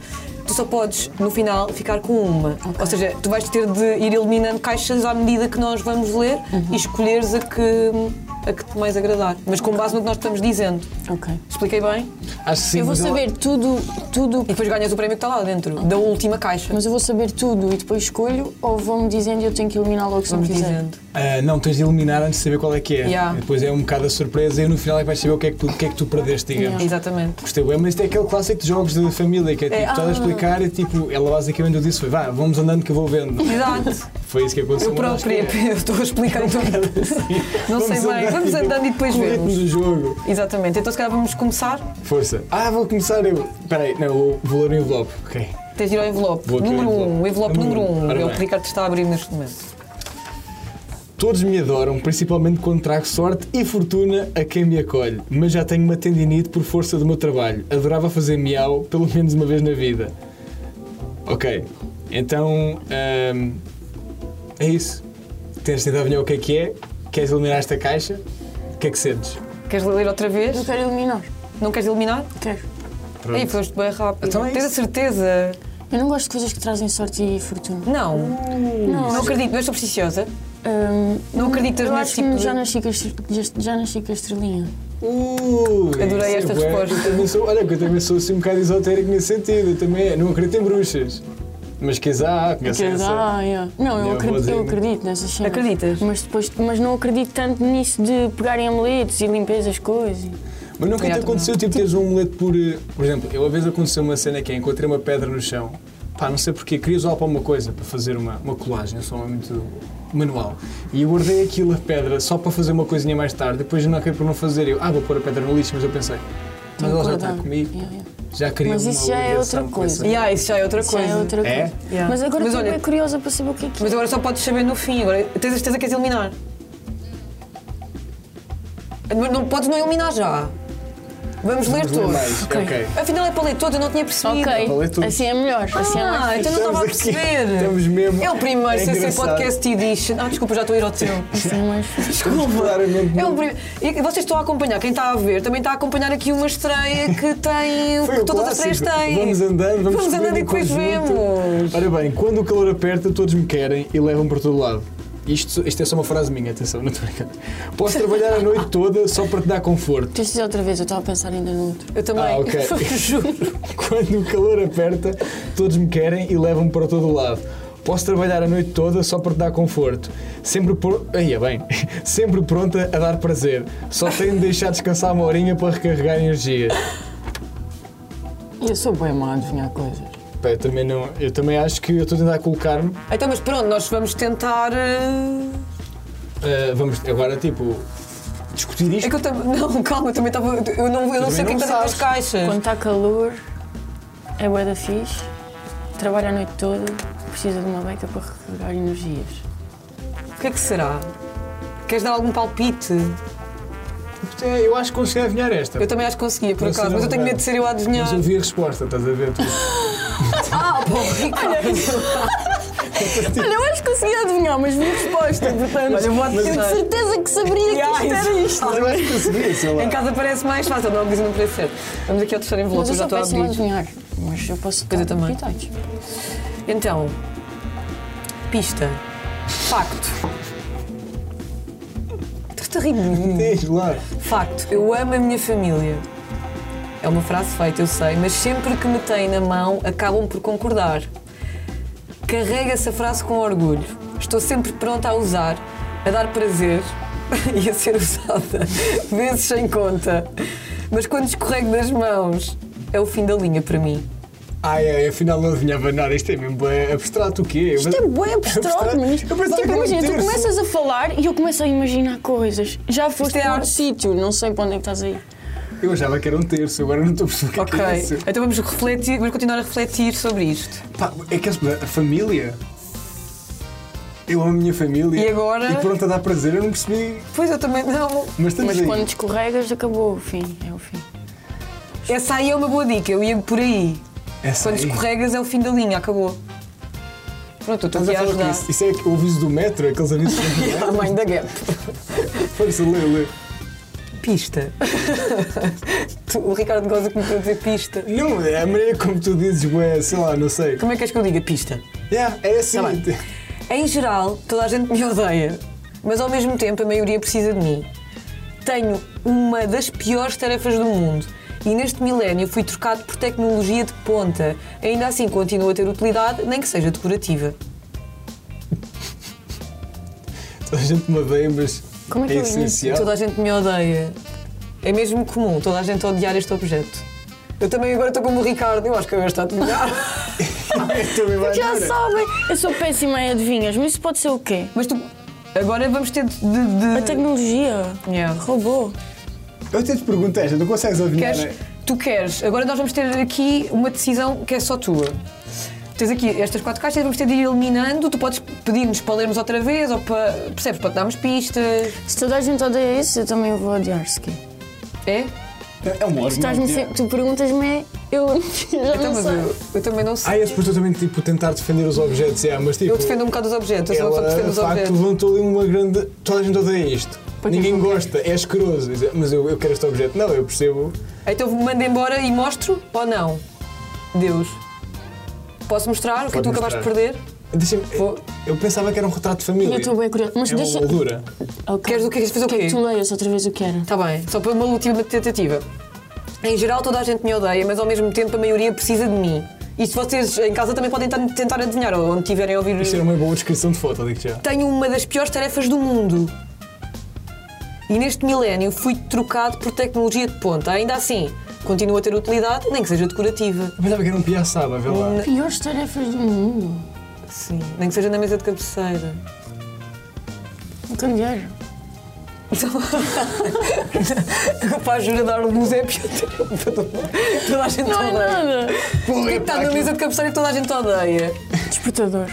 [SPEAKER 1] Tu só podes, no final, ficar com uma. Ou seja, tu vais ter de ir eliminando caixas à medida que nós vamos ler e escolheres a que a que te mais agradar, mas com base no que nós estamos dizendo.
[SPEAKER 3] Ok.
[SPEAKER 1] Expliquei bem?
[SPEAKER 2] Acho que sim.
[SPEAKER 3] Eu vou
[SPEAKER 2] mas ela-
[SPEAKER 3] saber tudo, tudo
[SPEAKER 1] E depois ganhas o prémio que está lá dentro, da última caixa.
[SPEAKER 3] Mas eu vou saber tudo e depois escolho ou vão-me dizendo e eu tenho que eliminar logo se não
[SPEAKER 1] Vamos
[SPEAKER 3] quiser?
[SPEAKER 1] dizendo.
[SPEAKER 2] Ah, não, tens de eliminar antes de saber qual é que é.
[SPEAKER 1] Yeah.
[SPEAKER 2] E Depois é um bocado a surpresa e no final é que vais saber o que é que tu, o que é que tu perdeste, digamos.
[SPEAKER 3] Yeah.
[SPEAKER 1] Exatamente.
[SPEAKER 2] Gostei bem, mas isto é aquele clássico de jogos de família que é tipo,
[SPEAKER 1] É,
[SPEAKER 2] estás a
[SPEAKER 1] ah.
[SPEAKER 2] explicar e tipo, ela basicamente eu disse foi vá, vamos andando que eu vou vendo.
[SPEAKER 1] Exato.
[SPEAKER 2] Foi isso que é. aconteceu.
[SPEAKER 1] Eu própria eu estou a explicar então. Não sei bem. Vamos andando e depois
[SPEAKER 2] vemos.
[SPEAKER 1] vemos.
[SPEAKER 2] do jogo.
[SPEAKER 1] Exatamente. Então se calhar vamos começar.
[SPEAKER 2] Força. Ah, vou começar eu. Espera aí, não, vou, vou ler o envelope. Ok.
[SPEAKER 1] Tens de ir ao envelope.
[SPEAKER 2] Vou aqui ao
[SPEAKER 1] Número 1. Um. O envelope número 1. Um.
[SPEAKER 2] Ora
[SPEAKER 1] É o que
[SPEAKER 2] bem.
[SPEAKER 1] o Ricardo está a abrir neste momento.
[SPEAKER 2] Todos me adoram, principalmente quando trago sorte e fortuna a quem me acolhe, mas já tenho uma tendinite por força do meu trabalho. Adorava fazer miau pelo menos uma vez na vida. Ok, então ahm, é isso. Tens de tentar adivinhar o que é que é? Queres eliminar esta caixa? O que é que sentes?
[SPEAKER 1] Queres ler outra vez?
[SPEAKER 3] Eu quero eliminar.
[SPEAKER 1] Não queres eliminar?
[SPEAKER 3] Quero.
[SPEAKER 2] Pronto.
[SPEAKER 1] Aí foste bem rápido.
[SPEAKER 2] Então é
[SPEAKER 1] Tens a
[SPEAKER 2] isso.
[SPEAKER 1] certeza?
[SPEAKER 3] Eu não gosto de coisas que trazem sorte e fortuna.
[SPEAKER 1] Não.
[SPEAKER 3] Não,
[SPEAKER 1] Não acredito. Não és supersticiosa?
[SPEAKER 3] Hum,
[SPEAKER 1] Não acreditas
[SPEAKER 3] eu
[SPEAKER 1] nesse
[SPEAKER 3] acho
[SPEAKER 1] tipo
[SPEAKER 3] que
[SPEAKER 1] de-
[SPEAKER 3] já nasci com a estre- já nasci com a estrelinha.
[SPEAKER 2] Uh,
[SPEAKER 1] Adorei
[SPEAKER 2] isso
[SPEAKER 1] esta
[SPEAKER 2] é bué.
[SPEAKER 1] resposta.
[SPEAKER 2] Eu também sou- olha, que eu também sou assim um bocado esotérico nesse sentido. Eu também não acredito em bruxas. Mas que há, conheço
[SPEAKER 3] Que
[SPEAKER 2] essa.
[SPEAKER 3] dá, yeah. Não, eu,
[SPEAKER 2] Eu vou
[SPEAKER 3] acredito,
[SPEAKER 2] dizer,
[SPEAKER 3] eu
[SPEAKER 2] né?
[SPEAKER 3] acredito nessas cenas.
[SPEAKER 1] Acreditas?
[SPEAKER 3] Mas, depois, mas não acredito tanto nisso de pegarem amuletos e limpar as coisas.
[SPEAKER 2] Mas nunca te
[SPEAKER 1] Obrigada,
[SPEAKER 2] aconteceu tipo teres um amuleto por. eh, Por exemplo, eu uma vez aconteceu uma cena que é, encontrei uma pedra no chão. Pá, não sei porquê, queria usá-la para uma coisa, para fazer uma, uma colagem, só muito manual. E eu guardei aquilo, a pedra, só para fazer uma coisinha mais tarde. Depois não acabei por não fazer. Eu, ah, vou pôr a pedra no lixo, mas eu pensei, mas
[SPEAKER 3] Tenho
[SPEAKER 2] ela
[SPEAKER 3] que
[SPEAKER 2] já está
[SPEAKER 3] guardar.
[SPEAKER 2] comigo,
[SPEAKER 3] Yeah, yeah.
[SPEAKER 2] já queria
[SPEAKER 3] Mas
[SPEAKER 2] uma
[SPEAKER 3] isso já é
[SPEAKER 2] ligação
[SPEAKER 3] outra
[SPEAKER 2] com essa
[SPEAKER 3] coisa.
[SPEAKER 1] E ah, isso já é outra
[SPEAKER 3] Isso
[SPEAKER 1] coisa.
[SPEAKER 3] é outra coisa.
[SPEAKER 2] É?
[SPEAKER 1] Yeah.
[SPEAKER 3] Mas agora
[SPEAKER 1] Mas
[SPEAKER 3] estou
[SPEAKER 1] olha-
[SPEAKER 3] bem curiosa para saber o que é que
[SPEAKER 1] Mas agora só podes saber no fim. Agora, tens a certeza que és eliminar? Mas não podes não eliminar já. Vamos ler
[SPEAKER 2] Vamos ler
[SPEAKER 1] todos.
[SPEAKER 2] é mais,
[SPEAKER 3] é Ok.
[SPEAKER 2] ok.
[SPEAKER 1] Afinal é para ler todos, eu não tinha percebido.
[SPEAKER 2] Para ler
[SPEAKER 3] Ok,
[SPEAKER 2] tudo.
[SPEAKER 3] assim é melhor. Assim é mais
[SPEAKER 1] Ah, então não estava a
[SPEAKER 2] Estamos aqui.
[SPEAKER 1] perceber.
[SPEAKER 2] Estamos mesmo.
[SPEAKER 1] É o primeiro
[SPEAKER 2] É
[SPEAKER 1] CC
[SPEAKER 2] engraçado.
[SPEAKER 1] Podcast Edition. Ah, desculpa, já estou a ir ao teu.
[SPEAKER 3] Assim é mais.
[SPEAKER 1] Desculpa.
[SPEAKER 2] Claramente
[SPEAKER 1] É
[SPEAKER 2] não.
[SPEAKER 1] o primeiro. E vocês estão a acompanhar, quem está a ver, também está a acompanhar aqui uma estreia que tem o
[SPEAKER 2] Foi
[SPEAKER 1] que
[SPEAKER 2] o
[SPEAKER 1] todas as
[SPEAKER 2] clássico.
[SPEAKER 1] estreias têm.
[SPEAKER 2] Vamos andando, vamos
[SPEAKER 1] Vamos andando
[SPEAKER 2] descobrindo
[SPEAKER 1] e depois
[SPEAKER 2] em conjunto.
[SPEAKER 1] vemos.
[SPEAKER 2] Ora bem, quando o calor aperta, todos me querem e levam para todo lado. Isto, isto é só uma frase minha, atenção, não estou brincando. Posso trabalhar a noite toda só para te dar conforto.
[SPEAKER 3] Tens de dizer outra vez, eu estava a pensar ainda no outro.
[SPEAKER 1] Eu também.
[SPEAKER 2] Ah, ok.
[SPEAKER 1] Juro.
[SPEAKER 2] Quando o calor aperta, todos me querem e levam-me para todo lado. Posso trabalhar a noite toda só para te dar conforto. Sempre por... Aí é bem. Sempre pronta a dar prazer. Só tenho de deixar descansar uma horinha para recarregar energia.
[SPEAKER 3] Eu sou bem má a adivinhar coisas.
[SPEAKER 2] Pá, eu também não... Eu também acho que eu estou a tentar colocar-me
[SPEAKER 1] Então, mas pronto, nós vamos tentar. eh,
[SPEAKER 2] Uh, vamos agora, tipo, discutir
[SPEAKER 1] É
[SPEAKER 2] isto.
[SPEAKER 1] que eu também. Não, calma, eu também estava. Eu não, eu não
[SPEAKER 2] também
[SPEAKER 1] sei o que é que está dentro
[SPEAKER 2] não sabes.
[SPEAKER 1] das caixas.
[SPEAKER 3] Quando está calor, é bué da fixe, trabalha a noite toda, precisa de uma beca para recarregar energias.
[SPEAKER 1] O que é que será? Queres dar algum palpite?
[SPEAKER 2] É, eu acho que consegui adivinhar esta.
[SPEAKER 1] Eu também acho que conseguia, por
[SPEAKER 2] Não sei
[SPEAKER 1] acaso, mas
[SPEAKER 2] não,
[SPEAKER 1] eu tenho
[SPEAKER 2] não.
[SPEAKER 1] medo de ser eu a adivinhar.
[SPEAKER 2] Mas ouvi a resposta, estás a ver? Tu-
[SPEAKER 1] Ah, para o Ricardo.
[SPEAKER 3] Olha, eu acho que consegui adivinhar, mas vi a resposta, portanto.
[SPEAKER 1] Olha, eu vou
[SPEAKER 3] eu de
[SPEAKER 2] é.
[SPEAKER 1] adivinhar.
[SPEAKER 3] certeza que saberia que isto era isto.
[SPEAKER 2] Eu acho que consegui, sei lá.
[SPEAKER 1] Em casa parece mais fácil, não diz não parece ser. Vamos aqui ao terceiro
[SPEAKER 3] Mas
[SPEAKER 1] envelope,
[SPEAKER 3] eu
[SPEAKER 1] eu já estou
[SPEAKER 3] sou
[SPEAKER 1] a
[SPEAKER 3] péssima a
[SPEAKER 1] abrir.
[SPEAKER 3] adivinhar. Mas eu posso
[SPEAKER 1] Pois eu
[SPEAKER 3] dar
[SPEAKER 1] também.
[SPEAKER 3] pitados.
[SPEAKER 1] Então, pista. Facto. Estás-te a rir de mim?
[SPEAKER 2] Diz lá.
[SPEAKER 1] Facto, eu amo a minha família. É uma frase feita, eu sei, mas sempre que me têm na mão acabam por concordar. Carrego essa frase com orgulho. Estou sempre pronta a usar, a dar prazer e a ser usada, vezes sem conta. Mas quando escorrego das mãos, é o fim da linha para mim.
[SPEAKER 2] Ai, ai, afinal não adivinhava nada. Isto é mesmo bué abstrato o quê?
[SPEAKER 3] Isto é bem abstrato, mas.
[SPEAKER 2] Eu pensava que
[SPEAKER 3] Tipo,
[SPEAKER 2] era um
[SPEAKER 3] imagina, tu
[SPEAKER 2] terço.
[SPEAKER 3] começas a falar e eu começo a imaginar coisas. Já foste
[SPEAKER 1] é
[SPEAKER 3] para
[SPEAKER 1] arte.
[SPEAKER 3] outro sítio, não sei para onde é que estás aí.
[SPEAKER 2] Eu achava que era um terço, agora não estou a perceber o que
[SPEAKER 1] Ok,
[SPEAKER 2] é isso.
[SPEAKER 1] então vamos refletir, vamos continuar a refletir sobre isto.
[SPEAKER 2] Pá, é que é- a família. Eu amo a minha família.
[SPEAKER 1] E agora?
[SPEAKER 2] E pronto, a dar prazer, eu não percebi.
[SPEAKER 1] Pois eu também não.
[SPEAKER 2] Mas estamos
[SPEAKER 3] Mas
[SPEAKER 2] aí.
[SPEAKER 3] quando escorregas, acabou o fim. É o fim.
[SPEAKER 1] Essa aí é uma boa dica, eu ia por aí.
[SPEAKER 2] Essa
[SPEAKER 1] Quando
[SPEAKER 2] aí.
[SPEAKER 1] escorregas é o fim da linha, acabou. Pronto, eu estou
[SPEAKER 2] Estás
[SPEAKER 1] aqui
[SPEAKER 2] a
[SPEAKER 1] a
[SPEAKER 2] falar
[SPEAKER 1] ajudar.
[SPEAKER 2] que isso, isso é o aviso do metro, aqueles avisos do
[SPEAKER 1] A
[SPEAKER 2] metro.
[SPEAKER 1] mãe da Gap.
[SPEAKER 2] Força, lê, lê.
[SPEAKER 1] Pista. Tu- o Ricardo goza que me a dizer pista.
[SPEAKER 2] Não, é a maneira como tu dizes, ué, sei lá, não sei.
[SPEAKER 1] Como é que és que eu diga pista?
[SPEAKER 2] Yeah, é assim.
[SPEAKER 1] Tá bem. Em geral, toda a gente me odeia, mas ao mesmo tempo a maioria precisa de mim. Tenho uma das piores tarefas do mundo e neste milénio fui trocado por tecnologia de ponta. Ainda assim continuo a ter utilidade, nem que seja decorativa.
[SPEAKER 2] Toda a gente me odeia, mas
[SPEAKER 3] Como é que
[SPEAKER 2] é
[SPEAKER 3] eu ia dizer?
[SPEAKER 2] essencial.
[SPEAKER 1] Toda a gente me odeia. É mesmo comum toda a gente odiar este objeto. Eu também agora estou como o Ricardo, eu acho que eu estou a adivinhar.
[SPEAKER 2] É, Também vai
[SPEAKER 3] Já
[SPEAKER 2] dar.
[SPEAKER 3] sabem! Eu sou péssima em adivinhas, mas isso pode ser o quê?
[SPEAKER 1] Ah, Mas tu. Agora vamos ter de. de-
[SPEAKER 3] A tecnologia.
[SPEAKER 1] Yeah.
[SPEAKER 3] Robô.
[SPEAKER 2] Eu até te perguntei, já não consegues adivinhar.
[SPEAKER 1] Queres-
[SPEAKER 2] né?
[SPEAKER 1] tu queres. Agora nós vamos ter aqui uma decisão que é só tua. Tens aqui estas quatro caixas, vamos ter de ir eliminando. Tu podes pedir-nos para lermos outra vez ou para. Percebes? Para te darmos pistas.
[SPEAKER 3] Se toda a gente odeia isso, eu também vou odiar Ski.
[SPEAKER 1] É?
[SPEAKER 2] É um
[SPEAKER 3] Tu,
[SPEAKER 2] órgão.
[SPEAKER 3] estás-me
[SPEAKER 2] yeah.
[SPEAKER 3] sempre- tu perguntas-me, é eu já
[SPEAKER 1] Então,
[SPEAKER 3] não
[SPEAKER 1] mas
[SPEAKER 3] sei.
[SPEAKER 1] eu, eu também não sei.
[SPEAKER 2] Ah, é suposto eu também tipo, tentar defender os objetos, yeah, mas tipo.
[SPEAKER 1] Eu defendo um bocado os objetos, eu sou uma pessoa que
[SPEAKER 2] Ela,
[SPEAKER 1] defende
[SPEAKER 2] de
[SPEAKER 1] os
[SPEAKER 2] facto,
[SPEAKER 1] objetos.
[SPEAKER 2] levantou ali uma grande. Toda a gente odeia isto.
[SPEAKER 1] Pois
[SPEAKER 2] Ninguém
[SPEAKER 1] não.
[SPEAKER 2] gosta, é escroso. Dizer, Mas eu, eu quero este objeto. Não, eu percebo.
[SPEAKER 1] Então manda embora e mostro ou não? Deus. Posso mostrar o que
[SPEAKER 2] Pode
[SPEAKER 1] tu acabaste de
[SPEAKER 2] mostrar.
[SPEAKER 1] perder?
[SPEAKER 2] Deixa-me.
[SPEAKER 1] Vou-
[SPEAKER 2] Eu pensava que era um retrato de família.
[SPEAKER 3] Eu estou bem curiosa. Mas
[SPEAKER 2] é
[SPEAKER 3] deixa.
[SPEAKER 2] uma moldura.
[SPEAKER 3] Ok.
[SPEAKER 1] Queres o quê? Queres fazer o
[SPEAKER 3] Quer que
[SPEAKER 1] quê?
[SPEAKER 3] tu leias outra vez o que era?
[SPEAKER 1] Está Tá bem, só para uma última tentativa. Em geral, toda a gente me odeia, mas ao mesmo tempo a maioria precisa de mim. E se vocês em casa também podem tentar, tentar adivinhar, ou onde tiverem a ouvir.
[SPEAKER 2] Isto era uma boa descrição de foto, digo já.
[SPEAKER 1] Tenho uma das piores tarefas do mundo. E neste milénio fui trocado por tecnologia de ponta. Ainda assim, continuo a ter utilidade, nem que seja decorativa.
[SPEAKER 2] Eu pensava que era um piaçaba, vê lá.
[SPEAKER 3] Piores tarefas do mundo.
[SPEAKER 1] Sim, nem que seja na mesa de cabeceira.
[SPEAKER 3] Um candeeiro.
[SPEAKER 1] Rapaz, jura dar luz é a pior tarefa do mundo. Toda a gente
[SPEAKER 3] Não é
[SPEAKER 1] odeia.
[SPEAKER 3] nada.
[SPEAKER 1] O que é que está na mesa de cabeceira que toda a gente odeia?
[SPEAKER 3] Despertador.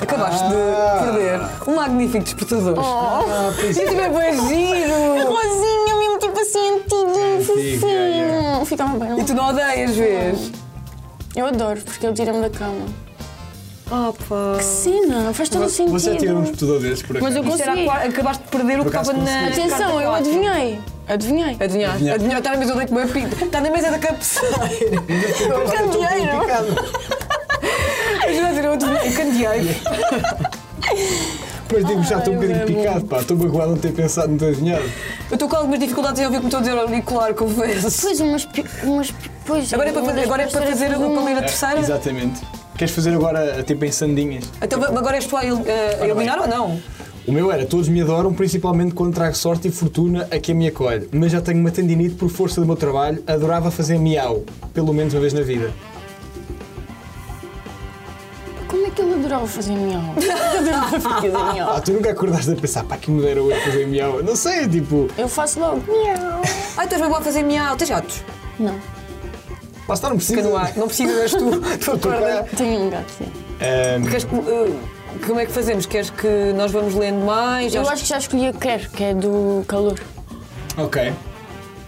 [SPEAKER 1] Acabaste
[SPEAKER 2] Ah.
[SPEAKER 1] de perder um magnífico despertador.
[SPEAKER 2] Ah, pois
[SPEAKER 1] Isto é bem giro!
[SPEAKER 3] Rosinha, mesmo tipo assim, antiguinho,
[SPEAKER 2] Antiga, yeah. Então-
[SPEAKER 3] fofinho. Ficava bem.
[SPEAKER 1] E tu não odeias, vês?
[SPEAKER 3] Eu adoro, porque eu tiro-me da cama.
[SPEAKER 1] Oh, pá.
[SPEAKER 3] Cena, faz todo o sentido.
[SPEAKER 2] Você já tirou um despertador desses por acaso?
[SPEAKER 3] Mas eu
[SPEAKER 1] Isto era a
[SPEAKER 3] consegui.
[SPEAKER 1] quar- Acabaste de perder o que
[SPEAKER 2] Por acaso
[SPEAKER 1] estava na.
[SPEAKER 2] consegui.
[SPEAKER 3] Atenção,
[SPEAKER 1] carta
[SPEAKER 3] eu
[SPEAKER 1] quatro.
[SPEAKER 3] adivinhei. Adivinhei.
[SPEAKER 1] Adivinhaste?
[SPEAKER 2] Adivinhaste.
[SPEAKER 1] Adivinhaste, está na mesa do leite bem pinto. Está Tá na mesa da cabeceira.
[SPEAKER 2] Eu estou todo
[SPEAKER 1] candeeiro.
[SPEAKER 2] picado.
[SPEAKER 1] Eu já diria, eu adivinhei, o candeeiro.
[SPEAKER 2] Mas digo já, estou um
[SPEAKER 3] Ai,
[SPEAKER 2] bocadinho
[SPEAKER 3] é bom.
[SPEAKER 2] picado, pá. Estou magoado não ter pensado, não ter adivinhado.
[SPEAKER 1] Eu estou com algumas dificuldades em ouvir o que me estou a dizer ao auricular, confesso.
[SPEAKER 3] Pois, umas. pi- umas pois,
[SPEAKER 1] Agora é para
[SPEAKER 3] uma
[SPEAKER 1] fazer,
[SPEAKER 3] das
[SPEAKER 1] agora é para
[SPEAKER 3] piores
[SPEAKER 1] fazer
[SPEAKER 3] tarefas
[SPEAKER 1] o
[SPEAKER 3] do
[SPEAKER 1] para ler a
[SPEAKER 3] mundo.
[SPEAKER 1] terceira.
[SPEAKER 2] Exatamente. Queres fazer agora tipo em sandinhas?
[SPEAKER 1] Então va- agora és tu a il- eh, a iluminar ou não?
[SPEAKER 2] O meu era, todos me adoram, principalmente quando trago sorte e fortuna a quem me acolhe. Mas já tenho uma tendinite por força do meu trabalho, adorava fazer miau, pelo menos uma vez na vida.
[SPEAKER 3] Como é que ele adorava fazer miau? Eu adorava fazer miau.
[SPEAKER 2] Ah, tu nunca acordaste a pensar, pá, que me dera eu fazer miau? Não sei, tipo,
[SPEAKER 3] Eu faço logo miau.
[SPEAKER 1] Ai, estás bem então boa a fazer miau. Tens gatos?
[SPEAKER 3] Não,
[SPEAKER 2] lá está, não precisa.
[SPEAKER 1] Fica no ar. Não precisas, és tu. Tu
[SPEAKER 2] Estou a
[SPEAKER 1] acordas.
[SPEAKER 2] parar.
[SPEAKER 3] tenho um gato. sim.
[SPEAKER 2] Ahm,
[SPEAKER 1] Queres que, eh, como é que fazemos? Queres que nós vamos lendo mais?
[SPEAKER 3] Eu acho que já escolhi a quer, que é do calor.
[SPEAKER 2] ok.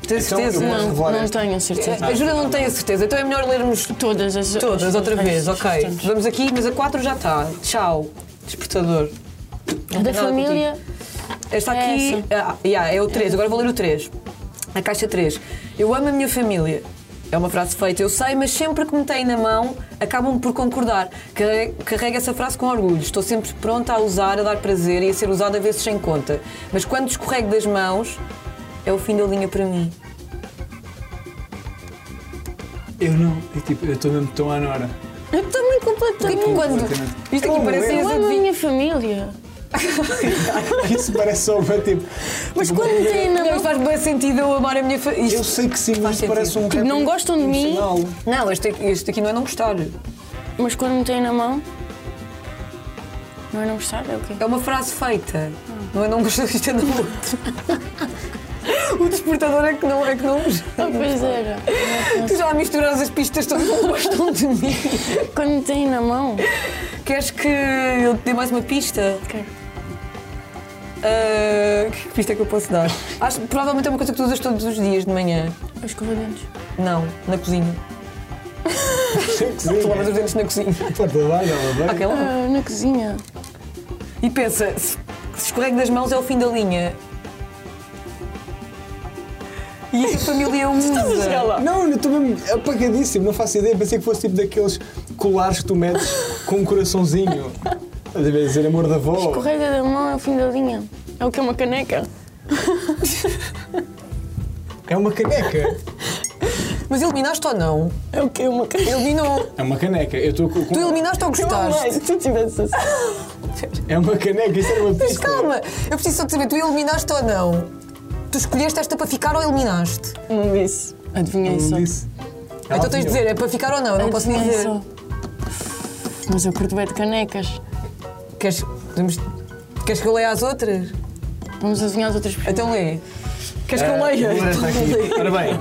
[SPEAKER 1] Tenho
[SPEAKER 2] Então eu
[SPEAKER 1] certeza.
[SPEAKER 2] posso
[SPEAKER 1] Não. Eh,
[SPEAKER 2] revelar
[SPEAKER 3] Não
[SPEAKER 2] esta?
[SPEAKER 3] tenho a certeza.
[SPEAKER 1] A Júlia não tem a certeza, então é melhor lermos
[SPEAKER 3] Todas as
[SPEAKER 1] todas
[SPEAKER 3] as-
[SPEAKER 1] outra
[SPEAKER 3] as-
[SPEAKER 1] vez,
[SPEAKER 3] as-
[SPEAKER 1] ok?
[SPEAKER 3] portanto,
[SPEAKER 1] Vamos aqui, mas a 4 já está. Tchau. Despertador. Não tem
[SPEAKER 3] Da
[SPEAKER 1] nada
[SPEAKER 3] família,
[SPEAKER 1] Esta
[SPEAKER 3] É
[SPEAKER 1] aqui ah, yeah, é o 3, agora vou ler o 3. A caixa 3. Eu amo a minha família. É uma frase feita, eu sei, mas sempre que me têm na mão, acabam por concordar. Carre- Carrego essa frase com orgulho. Estou sempre pronta a usar, a dar prazer e a ser usada a vezes sem conta. Mas quando escorrego das mãos, é o fim da linha para mim.
[SPEAKER 2] Eu não. Eu tipo, eu estou mesmo tão à Nora.
[SPEAKER 1] Eu também completamente. Quando...
[SPEAKER 2] Completamente.
[SPEAKER 1] Isto aqui parece
[SPEAKER 2] Eu
[SPEAKER 3] eu amo a
[SPEAKER 1] adivinha.
[SPEAKER 3] minha família.
[SPEAKER 2] Isso parece só uma tipo.
[SPEAKER 3] Mas
[SPEAKER 2] tipo,
[SPEAKER 3] quando me têm na
[SPEAKER 1] Não,
[SPEAKER 3] mão.
[SPEAKER 1] mas faz bem sentido eu amar a minha família.
[SPEAKER 2] Eu sei que sim,
[SPEAKER 1] Faz
[SPEAKER 2] mas isso parece um
[SPEAKER 1] sentido.
[SPEAKER 3] Tipo, não
[SPEAKER 2] rap
[SPEAKER 3] gostam de mim.
[SPEAKER 2] emocional.
[SPEAKER 1] Não, este, este aqui não é não gostar.
[SPEAKER 3] Mas quando me têm na mão. Não é não gostar? É o quê?
[SPEAKER 1] É uma frase feita. Não é não gostar isto é do outro. O despertador é que não é que não.
[SPEAKER 3] Ah, pois era.
[SPEAKER 1] Tu já misturas as pistas todas não gostam de mim.
[SPEAKER 3] Quando me têm na mão.
[SPEAKER 1] Queres que eu te dê mais uma pista?
[SPEAKER 3] Quero.
[SPEAKER 1] Ah, que pista é que eu posso dar? Acho que provavelmente é uma coisa que tu usas todos os dias de manhã.
[SPEAKER 3] Eu escovo dentes.
[SPEAKER 1] Não, na cozinha.
[SPEAKER 2] Sei que sim.
[SPEAKER 1] Tu lavas os dentes na cozinha.
[SPEAKER 2] Pô, tá bem, tá bem.
[SPEAKER 1] Ok, lá.
[SPEAKER 3] Ah, na cozinha.
[SPEAKER 1] E pensa, se se escorrego das mãos é o fim da linha. E a família usa.
[SPEAKER 2] Não, eu estou mesmo apagadíssimo, não faço ideia. Pensei que fosse tipo daqueles colares que tu metes com um coraçãozinho. Estás a ver, dizer amor da avó.
[SPEAKER 3] Correia da mão é o fim da linha. É o que é uma caneca.
[SPEAKER 2] É uma caneca.
[SPEAKER 1] Mas eliminaste ou não?
[SPEAKER 3] É o que é uma caneca.
[SPEAKER 1] Eliminou.
[SPEAKER 2] É uma caneca. Eu estou com.
[SPEAKER 1] Tu eliminaste ou gostaste?
[SPEAKER 3] se tu tivesse assim.
[SPEAKER 2] É uma caneca, isto era uma
[SPEAKER 1] Mas
[SPEAKER 2] pista.
[SPEAKER 1] calma, eu preciso só de saber, tu eliminaste ou não? Tu escolheste esta para ficar ou eliminaste?
[SPEAKER 3] Não disse. Adivinhei só.
[SPEAKER 2] Não disse.
[SPEAKER 1] então tens de dizer, é para ficar ou não, eu não posso nem
[SPEAKER 3] Adivinhei
[SPEAKER 1] dizer.
[SPEAKER 3] só. Mas eu curto bem de canecas.
[SPEAKER 1] Queres, podemos- queres que eu leia as outras?
[SPEAKER 3] Vamos adivinhar as outras perguntas.
[SPEAKER 1] Então lê. Queres que eu
[SPEAKER 2] Ah,
[SPEAKER 1] leia?
[SPEAKER 2] vou ler esta aqui. Ora bem.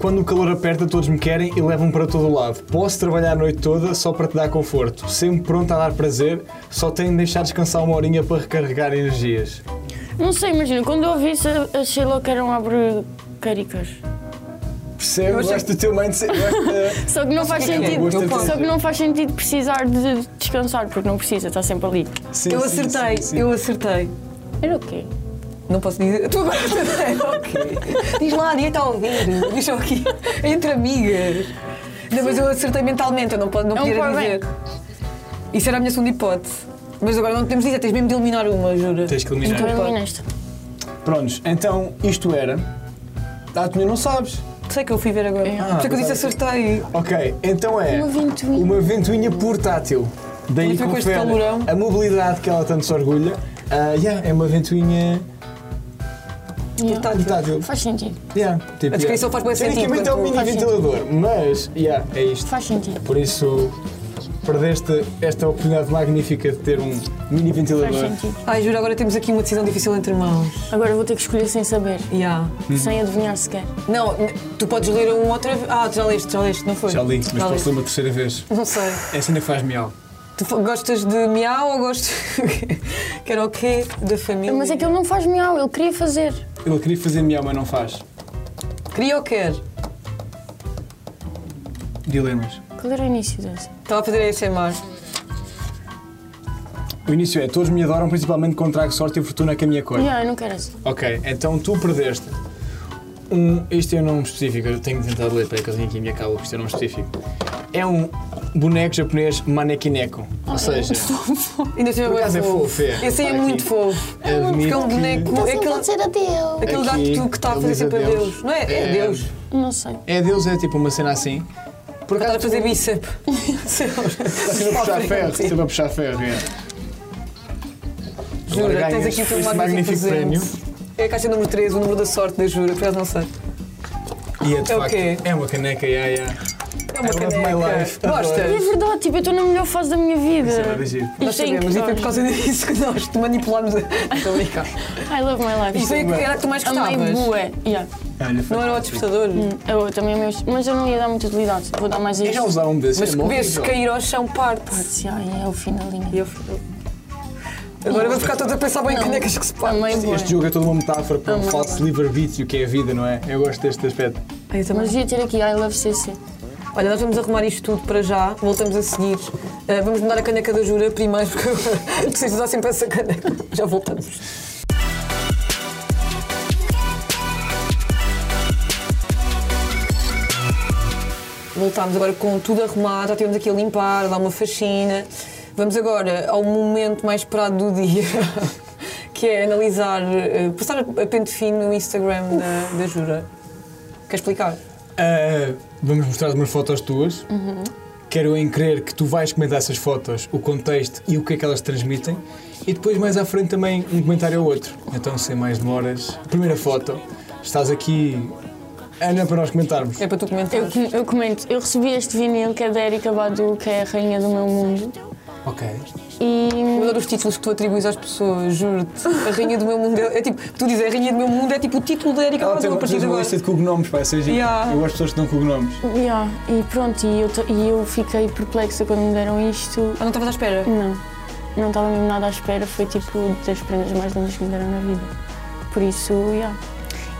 [SPEAKER 2] Quando o calor aperta, todos me querem e levam para todo o lado. Posso trabalhar a noite toda só para te dar conforto. Sempre pronto a dar prazer, só tenho de deixar descansar uma horinha para recarregar energias.
[SPEAKER 3] Não sei, imagina, quando eu ouvi isso, achei logo que um eram abre-caricas.
[SPEAKER 2] Percebe?
[SPEAKER 1] Eu
[SPEAKER 2] Eu
[SPEAKER 1] achei-
[SPEAKER 2] gosto eh, do teu mindset. eu acho que-
[SPEAKER 3] Só que não faz
[SPEAKER 1] que é que é?
[SPEAKER 3] sentido.
[SPEAKER 1] Eu gosto
[SPEAKER 3] Só
[SPEAKER 2] de-
[SPEAKER 3] que não faz sentido precisar de descansar, porque não precisa, está sempre ali.
[SPEAKER 2] Sim,
[SPEAKER 1] Eu
[SPEAKER 2] sim,
[SPEAKER 1] acertei,
[SPEAKER 2] sim, sim.
[SPEAKER 1] eu acertei.
[SPEAKER 3] Era o quê?
[SPEAKER 1] Não posso dizer. Tu agora é? ok. Diz lá, ninguém está a ouvir. Diz só aqui. Entre amigas. Não, mas eu acertei mentalmente, eu não, posso, não
[SPEAKER 3] É um
[SPEAKER 1] podia
[SPEAKER 3] power
[SPEAKER 1] dizer. Isso era a minha segunda hipótese. Mas agora não podemos dizer, tens mesmo de eliminar uma, jura.
[SPEAKER 2] Tens que eliminar.
[SPEAKER 3] Tu
[SPEAKER 1] Então,
[SPEAKER 3] eliminaste.
[SPEAKER 2] Prontos, então isto era. Ah, tu não sabes.
[SPEAKER 1] Sei que eu fui ver agora.
[SPEAKER 3] É.
[SPEAKER 1] Por
[SPEAKER 2] Ah,
[SPEAKER 1] isso é que eu disse
[SPEAKER 2] verdade.
[SPEAKER 1] acertei.
[SPEAKER 2] Ok, então é.
[SPEAKER 3] Uma ventoinha.
[SPEAKER 2] Uma ventoinha portátil. Daí
[SPEAKER 1] Olha, foi com este
[SPEAKER 2] confere
[SPEAKER 1] calorão.
[SPEAKER 2] a mobilidade que ela tanto se orgulha. Ah, yeah, é uma ventoinha tá-
[SPEAKER 3] Yeah.
[SPEAKER 1] Portanto,
[SPEAKER 2] portátil.
[SPEAKER 3] Faz sentido.
[SPEAKER 2] Yeah, tipo,
[SPEAKER 1] A descrição faz bué sentido,
[SPEAKER 2] Tecnicamente é um
[SPEAKER 1] quando-
[SPEAKER 2] mini
[SPEAKER 3] faz
[SPEAKER 2] ventilador, mas yeah, é isto.
[SPEAKER 3] Faz sentido.
[SPEAKER 2] Por isso perdeste esta oportunidade magnífica de ter um mini
[SPEAKER 3] Faz
[SPEAKER 2] ventilador.
[SPEAKER 3] sentido.
[SPEAKER 1] Ai, juro, agora temos aqui uma decisão difícil entre mãos.
[SPEAKER 3] Agora vou ter que escolher sem saber,
[SPEAKER 1] Yeah.
[SPEAKER 3] sem adivinhar sequer.
[SPEAKER 1] Não, n- tu podes ler um outra vez. Ah, tu já leste, já leste, não foi?
[SPEAKER 2] Já li, mas posso
[SPEAKER 1] leste.
[SPEAKER 2] ler um- uma terceira vez.
[SPEAKER 1] Não sei.
[SPEAKER 2] Essa ainda faz miau.
[SPEAKER 1] Tu fo- gostas de miau ou gostas. que era o quê? Da família?
[SPEAKER 3] Mas é que ele não faz miau, ele queria fazer.
[SPEAKER 2] Ele queria fazer miau, mas não faz.
[SPEAKER 1] Queria ou quer?
[SPEAKER 2] Dilemas.
[SPEAKER 3] Qual era o início dessa?
[SPEAKER 1] Estava a fazer ASMR.
[SPEAKER 2] O início é: todos me adoram, principalmente quando trago sorte e fortuna que a minha cor.
[SPEAKER 3] Yeah, eu não quero essa.
[SPEAKER 2] Ok, então tu perdeste. Um, isto é um nome específico, eu tenho de tentar ler, peraí que eu tenho aqui a minha cala, porque isto é um nome específico. É um boneco japonês manequineko. Ou seja,
[SPEAKER 1] Ainda tinha
[SPEAKER 2] Por
[SPEAKER 1] bué
[SPEAKER 2] acaso é fofo, é.
[SPEAKER 1] Esse aí é
[SPEAKER 2] Aqui.
[SPEAKER 1] muito fofo. Porque é um boneco.
[SPEAKER 3] Então,
[SPEAKER 1] é aquele,
[SPEAKER 3] ser a Deus.
[SPEAKER 1] aquele gato
[SPEAKER 2] Aqui,
[SPEAKER 1] que está a fazer
[SPEAKER 2] Elisa
[SPEAKER 1] sempre a
[SPEAKER 2] Deus.
[SPEAKER 1] Deus. Não é? É,
[SPEAKER 2] É.
[SPEAKER 1] Deus.
[SPEAKER 3] Não sei.
[SPEAKER 2] é Deus, é tipo uma cena assim. Por
[SPEAKER 1] Está a
[SPEAKER 2] acaso
[SPEAKER 1] fazer bíceps.
[SPEAKER 2] está sempre a puxar ferro, sempre a puxar ferro, é.
[SPEAKER 1] Jura,
[SPEAKER 2] Agora
[SPEAKER 1] tens
[SPEAKER 2] ganhas
[SPEAKER 1] aqui um o teu
[SPEAKER 2] este
[SPEAKER 1] magnífico,
[SPEAKER 2] magnífico
[SPEAKER 1] presente.
[SPEAKER 2] prémio. É
[SPEAKER 1] É a caixa número 3, o número da sorte da Jura, por acaso não sei.
[SPEAKER 2] E é de
[SPEAKER 1] É o
[SPEAKER 2] facto,
[SPEAKER 1] quê?
[SPEAKER 2] é uma caneca, yeah, yeah.
[SPEAKER 1] É uma
[SPEAKER 2] I love
[SPEAKER 1] caneca.
[SPEAKER 2] my life.
[SPEAKER 3] E é
[SPEAKER 1] Gostas?
[SPEAKER 3] verdade, tipo, eu estou na melhor fase da minha vida.
[SPEAKER 2] Isso é bué giro.
[SPEAKER 1] Nós
[SPEAKER 3] Isto é
[SPEAKER 1] sabemos, e foi por
[SPEAKER 3] incrível.
[SPEAKER 1] causa disso que nós te manipulámos. a- Estou a brincar.
[SPEAKER 3] I love my life.
[SPEAKER 1] Isso é que era a que tu mais
[SPEAKER 3] a mãe
[SPEAKER 1] gostavas.
[SPEAKER 3] boa. Yeah. Hum,
[SPEAKER 2] Olha,
[SPEAKER 1] Não era o
[SPEAKER 2] fantástico.
[SPEAKER 1] despertador?
[SPEAKER 3] Eu também, mas- mas eu não ia dar muita utilidade. Vou dar mais a
[SPEAKER 2] Eu já
[SPEAKER 3] isto.
[SPEAKER 2] usava um desses,
[SPEAKER 1] Mas
[SPEAKER 2] é mó
[SPEAKER 1] vês
[SPEAKER 2] horrível.
[SPEAKER 1] cair ao chão parte.
[SPEAKER 3] Ah, é o fim da linha.
[SPEAKER 1] E eu... Agora vou ficar toda a pensar bem em quem é que acho que se pode.
[SPEAKER 3] Também
[SPEAKER 2] Este,
[SPEAKER 3] boa.
[SPEAKER 2] este jogo é toda uma metáfora para um
[SPEAKER 3] Amor.
[SPEAKER 2] falso livre-arbítrio que é a vida, não é? Eu gosto deste aspecto.
[SPEAKER 1] Ai, eu também
[SPEAKER 3] Mas devia ter aqui I Love CC.
[SPEAKER 1] Olha, nós vamos arrumar isto tudo para já, voltamos a seguir. Eh, vamos mudar a caneca da Jura primeiro, porque eu preciso usar sempre essa caneca. Já voltamos. Voltámos agora com tudo arrumado, já tivemos aqui a limpar, a dar uma faxina. Vamos agora ao momento mais esperado do dia, que é analisar, eh, passar a pente fino no Instagram da, da Jura. Quer explicar?
[SPEAKER 2] Ah, vamos mostrar umas fotos tuas. Quero em crer que tu vais comentar essas fotos, o contexto e o que é que elas transmitem. E depois, mais à frente, também um comentário ao outro. Então, sem mais demoras, primeira foto. Estás aqui, Ana, para nós comentarmos.
[SPEAKER 1] É para tu comentar.
[SPEAKER 3] Eu, com- eu comento, eu recebi este vinil que é da Erika Badu, que é a rainha do meu mundo.
[SPEAKER 2] Ok.
[SPEAKER 1] Eu
[SPEAKER 3] E.
[SPEAKER 1] adoro os É um títulos que tu atribuis às pessoas, juro-te. A Rainha do Meu Mundo é, é tipo, tu dizes a Rainha do Meu Mundo é tipo o um título da Erika
[SPEAKER 2] Ela
[SPEAKER 1] Badu
[SPEAKER 2] tem
[SPEAKER 1] a
[SPEAKER 2] uma,
[SPEAKER 1] partir
[SPEAKER 2] fez
[SPEAKER 1] de
[SPEAKER 2] uma
[SPEAKER 1] agora.
[SPEAKER 2] lista de cognomes, pá, seja,
[SPEAKER 1] Yeah.
[SPEAKER 2] eu gosto de pessoas que dão cognomes.
[SPEAKER 3] Yeah, e pronto, e eu, to- e eu fiquei perplexa quando me deram isto.
[SPEAKER 1] Ah, não estavas à espera?
[SPEAKER 3] Não, não estava mesmo nada à espera, foi tipo das prendas mais lindas que me deram na vida. Por isso, yeah.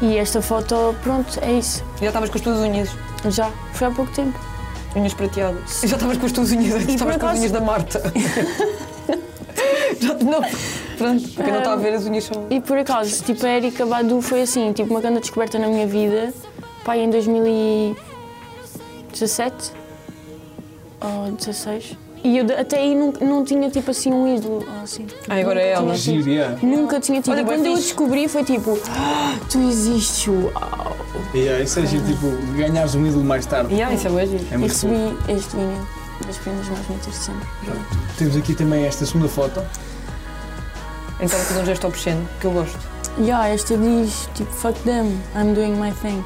[SPEAKER 3] E esta foto, pronto, é isso.
[SPEAKER 1] Já estavas com as tuas unhas,
[SPEAKER 3] Já, foi há pouco tempo.
[SPEAKER 1] unhas prateadas. Já estavas com as tuas unhas, antes
[SPEAKER 3] por
[SPEAKER 1] estavas com as
[SPEAKER 3] acaso-
[SPEAKER 1] unhas da Marta. Já te- não. Pronto, para quem não está a ver, as unhas são.
[SPEAKER 3] E por acaso, tipo, a Erika Badu foi assim, tipo, uma grande descoberta na minha vida. Pai, em 2017 ou 16. E eu de- até aí não, não tinha, tipo, assim, um ídolo. ou assim.
[SPEAKER 1] Ah, agora
[SPEAKER 3] Nunca
[SPEAKER 1] é
[SPEAKER 3] tinha tipo,
[SPEAKER 1] ela.
[SPEAKER 3] tido.
[SPEAKER 2] Giro, yeah.
[SPEAKER 3] Nunca tinha tido.
[SPEAKER 1] Olha,
[SPEAKER 3] E
[SPEAKER 1] bué
[SPEAKER 3] quando eu
[SPEAKER 1] fixe.
[SPEAKER 3] descobri, foi tipo, "Ah, tu existes, uau.
[SPEAKER 2] Yeah, isso é giro, tipo, ganhares um ídolo mais tarde.
[SPEAKER 1] E ah, isso é hoje.
[SPEAKER 2] É
[SPEAKER 3] E
[SPEAKER 2] muito
[SPEAKER 3] recebi este vinil das prendas mais bonitas de sempre.
[SPEAKER 2] bom. Temos aqui também esta segunda foto.
[SPEAKER 1] Então fazer um gesto obsceno, que eu gosto.
[SPEAKER 3] Yeah, esta diz, tipo, fuck them, I'm doing my thing.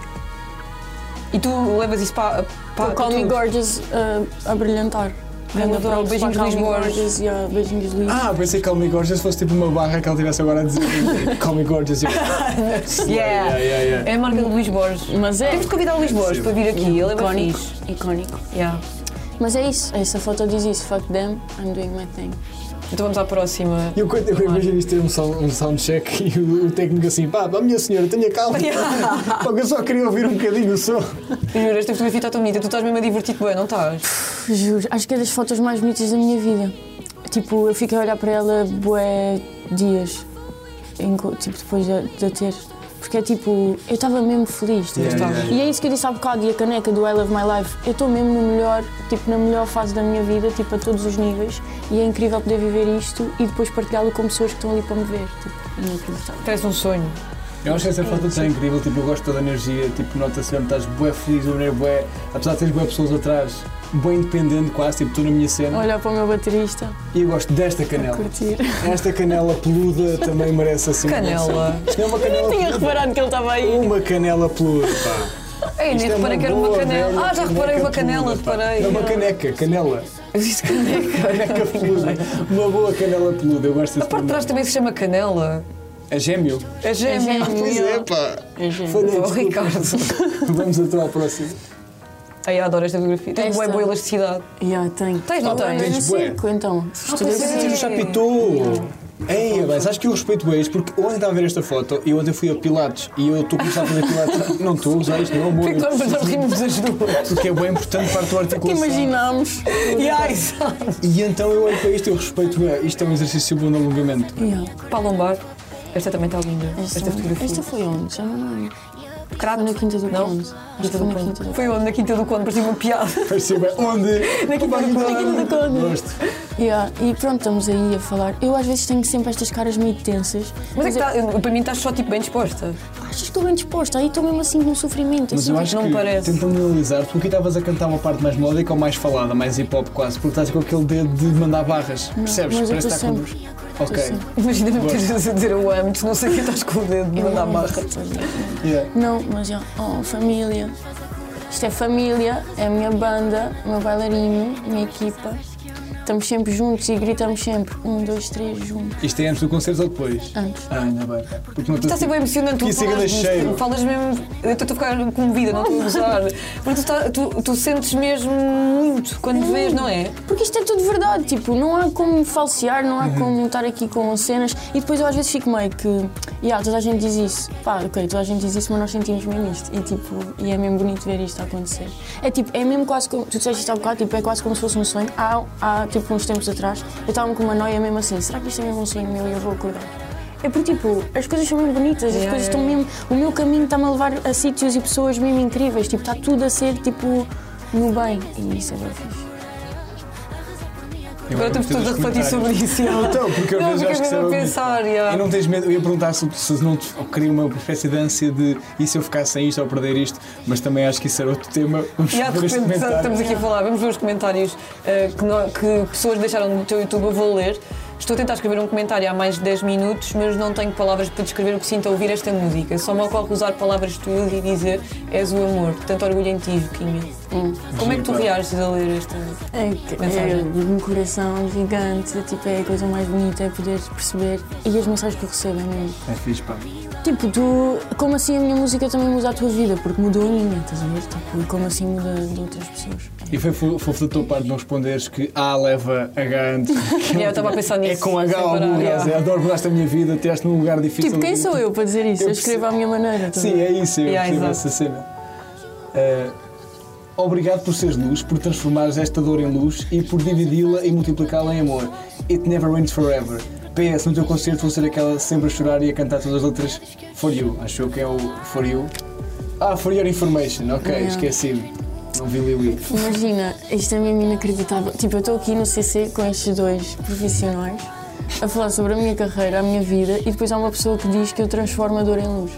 [SPEAKER 1] E tu levas isso para. para
[SPEAKER 3] o Call Me
[SPEAKER 1] tudo.
[SPEAKER 3] Gorgeous uh, a brilhantar.
[SPEAKER 1] Ganda props
[SPEAKER 3] beijinhos
[SPEAKER 1] para
[SPEAKER 3] Luís
[SPEAKER 1] Call Me Gorgeous.
[SPEAKER 3] Borges. Yeah, beijinhos Luís.
[SPEAKER 2] Ah, pensei que Calmy Gorgeous fosse tipo uma barra que ela tivesse agora a dizer Calmy Gorgeous. tipo,
[SPEAKER 1] Yeah.
[SPEAKER 2] Eu- yeah, yeah, yeah.
[SPEAKER 1] É a marca do Luís Borges.
[SPEAKER 3] Mas é
[SPEAKER 1] Temos de convidar o Luís Borges para vir aqui, ele é bem
[SPEAKER 3] icónico,
[SPEAKER 1] fixe.
[SPEAKER 3] icónico.
[SPEAKER 1] Yeah.
[SPEAKER 3] Mas é isso, essa foto diz isso, fuck them, I'm doing my thing.
[SPEAKER 1] Então vamos à próxima.
[SPEAKER 2] Eu, quando- eu imagino isto ter um, sound, um soundcheck e o, o técnico assim, pá, a minha senhora, tenha calma. Porque eu só queria ouvir um bocadinho o som.
[SPEAKER 1] Juro, esta fotografia está tão bonita, tu estás mesmo a divertir-te bem, não estás?
[SPEAKER 3] Juro, acho que é das fotos mais bonitas da minha vida. Tipo, eu fiquei a olhar para ela bué dias, enqu- tipo, depois de, de a ter. Porque é tipo, eu estava mesmo feliz. tipo,
[SPEAKER 2] Yeah,
[SPEAKER 3] estava.
[SPEAKER 2] yeah,
[SPEAKER 3] E é isso que eu disse há bocado, e a caneca do I Love My Life. Eu estou mesmo no melhor, tipo, na melhor fase da minha vida, tipo, a todos os níveis. E é incrível poder viver isto e depois partilhá-lo com pessoas que estão ali para me ver. Tipo, é incrível.
[SPEAKER 1] Parece um sonho.
[SPEAKER 2] Eu acho que essa foto está incrível, tipo, eu gosto da energia, tipo, nota-se mesmo, estás bué feliz, uma maneira bué, apesar de teres bué pessoas atrás, bué independente quase, tipo, estou na minha cena.
[SPEAKER 3] Olhar para o meu baterista,
[SPEAKER 2] E eu gosto desta canela.
[SPEAKER 3] curtir.
[SPEAKER 2] Esta canela peluda também merece assim. uma
[SPEAKER 1] Canela.
[SPEAKER 2] menção. Isto não é uma canela
[SPEAKER 3] Tinha
[SPEAKER 2] peluda.
[SPEAKER 3] reparado que ele estava aí.
[SPEAKER 2] Uma canela peluda, pá.
[SPEAKER 1] Ei,
[SPEAKER 2] Isto
[SPEAKER 1] nem
[SPEAKER 2] é
[SPEAKER 1] reparei que era uma
[SPEAKER 2] boa,
[SPEAKER 1] canela.
[SPEAKER 2] velha
[SPEAKER 1] ah, já reparei uma canela,
[SPEAKER 2] peluda, pá.
[SPEAKER 1] reparei.
[SPEAKER 2] É uma caneca, canela.
[SPEAKER 1] Eu disse caneca.
[SPEAKER 2] Caneca peluda. Uma boa canela peluda, eu
[SPEAKER 1] A
[SPEAKER 2] gosto
[SPEAKER 1] parte
[SPEAKER 2] desse
[SPEAKER 1] de
[SPEAKER 2] nome.
[SPEAKER 1] trás também se chama canela.
[SPEAKER 2] É gêmeo.
[SPEAKER 1] É gêmea.
[SPEAKER 3] gêmeo. Pois é,
[SPEAKER 2] Foi
[SPEAKER 1] Oh,
[SPEAKER 2] nem
[SPEAKER 1] Ricardo.
[SPEAKER 2] Vamos até ao próximo.
[SPEAKER 1] Ai, eu adoro esta fotografia. Tem
[SPEAKER 3] Esta.
[SPEAKER 1] boa, boa elasticidade.
[SPEAKER 3] Yeah, tenho.
[SPEAKER 1] Tens, não
[SPEAKER 3] Oh, eu
[SPEAKER 1] tens?
[SPEAKER 3] não sei,
[SPEAKER 2] Bué.
[SPEAKER 3] então.
[SPEAKER 1] pois é.
[SPEAKER 2] Tens o chapitou. Ei, mas acho que eu respeito bem isto, porque ontem estava a ver esta foto e ontem fui a Pilates e eu estou a começar a fazer Pilates. Não estou a usar isto, não, amor.
[SPEAKER 1] Por que nós nos rimos as duas?
[SPEAKER 2] Porque é bem importante para a tua articulação.
[SPEAKER 3] Imaginámos.
[SPEAKER 1] E ai, sabe?
[SPEAKER 2] E então eu olho para isto e eu respeito bem. Isto é um exercício bom de alongamento.
[SPEAKER 1] Para a lombar. Esta também está linda. Esta, fotografia.
[SPEAKER 3] é. Esta foi onde? Já não lembro.
[SPEAKER 1] Crato.
[SPEAKER 3] Foi na Quinta do
[SPEAKER 1] Não?
[SPEAKER 3] Conde. Acho que foi na Quinta do
[SPEAKER 1] Foi onde? Na Quinta do Conde, parecia uma piada.
[SPEAKER 2] Parecia bem. Onde?
[SPEAKER 1] Naquilo
[SPEAKER 2] Opa,
[SPEAKER 1] que eu
[SPEAKER 2] aqui
[SPEAKER 1] falei,
[SPEAKER 2] dá.
[SPEAKER 1] naquilo que eu falei.
[SPEAKER 2] Gosto.
[SPEAKER 3] Yeah, E pronto, estamos aí a falar. Eu às vezes tenho sempre estas caras meio tensas.
[SPEAKER 1] Mas é que
[SPEAKER 3] eu-
[SPEAKER 1] tá, eu- para mim estás só tipo bem disposta.
[SPEAKER 3] Achas que estou bem disposta? Aí estou mesmo assim com sofrimento.
[SPEAKER 2] Mas
[SPEAKER 3] assim,
[SPEAKER 2] eu acho
[SPEAKER 1] não
[SPEAKER 2] que,
[SPEAKER 1] parece.
[SPEAKER 2] tentando analisar, tu aqui estavas a cantar uma parte mais melódica ou mais falada, mais hip hop quase, porque estás com aquele dedo de mandar barras, percebes?
[SPEAKER 3] mas eu
[SPEAKER 2] Parece
[SPEAKER 3] tô
[SPEAKER 2] que está com.
[SPEAKER 3] sempre-
[SPEAKER 2] Ok.
[SPEAKER 3] sempre.
[SPEAKER 1] Imagina-me muitas vezes a dizer eu amo-te, não sei quem estás com o dedo de
[SPEAKER 3] eu
[SPEAKER 1] mandar
[SPEAKER 3] amo
[SPEAKER 1] barra.
[SPEAKER 3] estas coisas.
[SPEAKER 2] Yeah.
[SPEAKER 3] Não, mas já. Oh, família. Isto é família, é a minha banda, o meu bailarino, a minha equipa. Estamos sempre juntos e gritamos sempre. Um, dois, três, juntos.
[SPEAKER 2] Isto é antes do concerto ou depois?
[SPEAKER 3] Antes.
[SPEAKER 2] Ah, ainda bem. Porque não tipo-
[SPEAKER 1] Está a ser bem emocionante, tu
[SPEAKER 2] Isso é
[SPEAKER 1] falas
[SPEAKER 2] grande
[SPEAKER 1] disto,
[SPEAKER 2] cheiro.
[SPEAKER 1] tu falas mesmo. Eu estou a ficar comovida, não estou a gozar. Porque tu, tá- tu- tu sentes mesmo muito quando vês, não é?
[SPEAKER 3] Porque isto é tudo verdade, tipo, não há como falsear, não há como estar aqui com cenas. E depois eu às vezes fico meio que, yeah, toda a gente diz isso. Pá, ok, toda a gente diz isso, mas nós sentimos mesmo isto. E tipo, e é mesmo bonito ver isto acontecer. É tipo, é mesmo quase como, tu disseste isto há bocado, tipo, é quase como se fosse um sonho. Há, há tipo, uns tempos atrás, eu estava com uma noia mesmo assim, será que isto é mesmo um sonho meu e eu vou acordar? É porque, tipo, as coisas são mesmo bonitas, as
[SPEAKER 1] Yeah,
[SPEAKER 3] coisas
[SPEAKER 1] yeah,
[SPEAKER 3] estão mesmo. O meu caminho está-me a levar a sítios e pessoas mesmo incríveis, tipo, está tudo a ser, tipo, no bem. E isso é bem fixe.
[SPEAKER 1] Agora estamos todos a refletir sobre isso.
[SPEAKER 2] Não, então, porque às
[SPEAKER 1] Não,
[SPEAKER 2] vezes eu
[SPEAKER 1] fiquei
[SPEAKER 2] acho que
[SPEAKER 1] mesmo
[SPEAKER 2] sabe
[SPEAKER 1] a
[SPEAKER 2] muito.
[SPEAKER 1] pensar. yeah.
[SPEAKER 2] E não tens medo, eu ia perguntar se, se não te ou queria uma espécie de ânsia de e se eu ficar sem isto ou perder isto, mas também acho que isso era outro tema. Vamos
[SPEAKER 1] Já de
[SPEAKER 2] ver este
[SPEAKER 1] repente
[SPEAKER 2] comentário.
[SPEAKER 1] estamos aqui a falar, vamos ver os comentários eh, que, nó- que pessoas deixaram no teu YouTube, eu vou ler. Estou a tentar escrever um comentário há mais de 10 minutos, mas não tenho palavras para descrever o que sinto ao ouvir esta música. Só me ocorre usar palavras tuas e dizer és o amor, tanto orgulho em ti, Juquinha. Como é que tu
[SPEAKER 2] Giro, pá.
[SPEAKER 1] reages a ler esta
[SPEAKER 3] É, que-
[SPEAKER 1] Mensagem.
[SPEAKER 3] é um coração gigante, tipo, é a coisa mais bonita, é poder perceber e as mensagens que eu recebo é mesmo.
[SPEAKER 2] É fixe, pá.
[SPEAKER 3] Tipo, tu, como assim a minha música também muda a tua vida? Porque mudou a minha, estás a ver? Tipo, e como assim muda de outras pessoas?
[SPEAKER 2] E foi fo- fofo da tua parte não responderes que A leva H antes.
[SPEAKER 1] Yeah, eu estava a pensar nisso.
[SPEAKER 2] É com H
[SPEAKER 1] sem
[SPEAKER 2] ou
[SPEAKER 1] parar,
[SPEAKER 2] H.
[SPEAKER 1] yeah.
[SPEAKER 2] Zé. Adoro mudaste a minha vida, tiraste num lugar difícil.
[SPEAKER 3] Tipo, quem sou eu para dizer isso?
[SPEAKER 2] Eu
[SPEAKER 3] Eu escrevo à minha maneira. estás a
[SPEAKER 2] Sim,
[SPEAKER 3] ver?
[SPEAKER 2] é isso, eu
[SPEAKER 1] Yeah,
[SPEAKER 2] percebo
[SPEAKER 1] exato.
[SPEAKER 2] essa cena. Eh, obrigado por seres luz, por transformares esta dor em luz e por dividi-la e multiplicá-la em amor. It never rains forever. PS, no teu concerto vou ser aquela sempre a chorar e a cantar todas as letras For You. Acho eu que é o For You. Ah, For Your Information, ok,
[SPEAKER 3] Yeah.
[SPEAKER 2] esqueci-me. Não vi Lili.
[SPEAKER 3] Imagina, isto é mesmo inacreditável. Tipo, eu estou aqui no CC com estes dois profissionais a falar sobre a minha carreira, a minha vida e depois há uma pessoa que diz que eu transformo a dor em luz.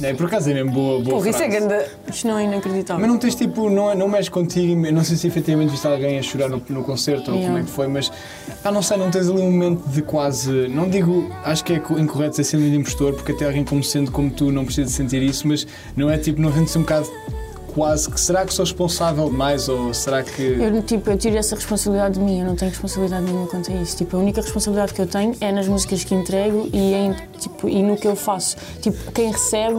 [SPEAKER 2] Não, por acaso é mesmo boa, boa
[SPEAKER 1] Porra, isso é
[SPEAKER 2] frase.
[SPEAKER 1] grande.
[SPEAKER 3] Isto não é inacreditável.
[SPEAKER 2] Mas não tens tipo, não, não mexe contigo, eu não sei se efetivamente viste alguém a chorar no, no concerto ou
[SPEAKER 3] Não.
[SPEAKER 2] como é que foi, mas ah, não sei, não tens ali um momento de quase. Não digo, acho que é co- incorreto ser sendo de impostor, porque até alguém como sendo como tu não precisa de sentir isso, mas não é tipo, não sentes um bocado quase que será que sou responsável demais ou será que.
[SPEAKER 3] Eu, tipo, eu tiro essa responsabilidade de mim, eu não tenho responsabilidade nenhuma quanto a isso. Tipo, a única responsabilidade que eu tenho é nas músicas que entrego e, em, tipo, e no que eu faço. Tipo, quem recebe,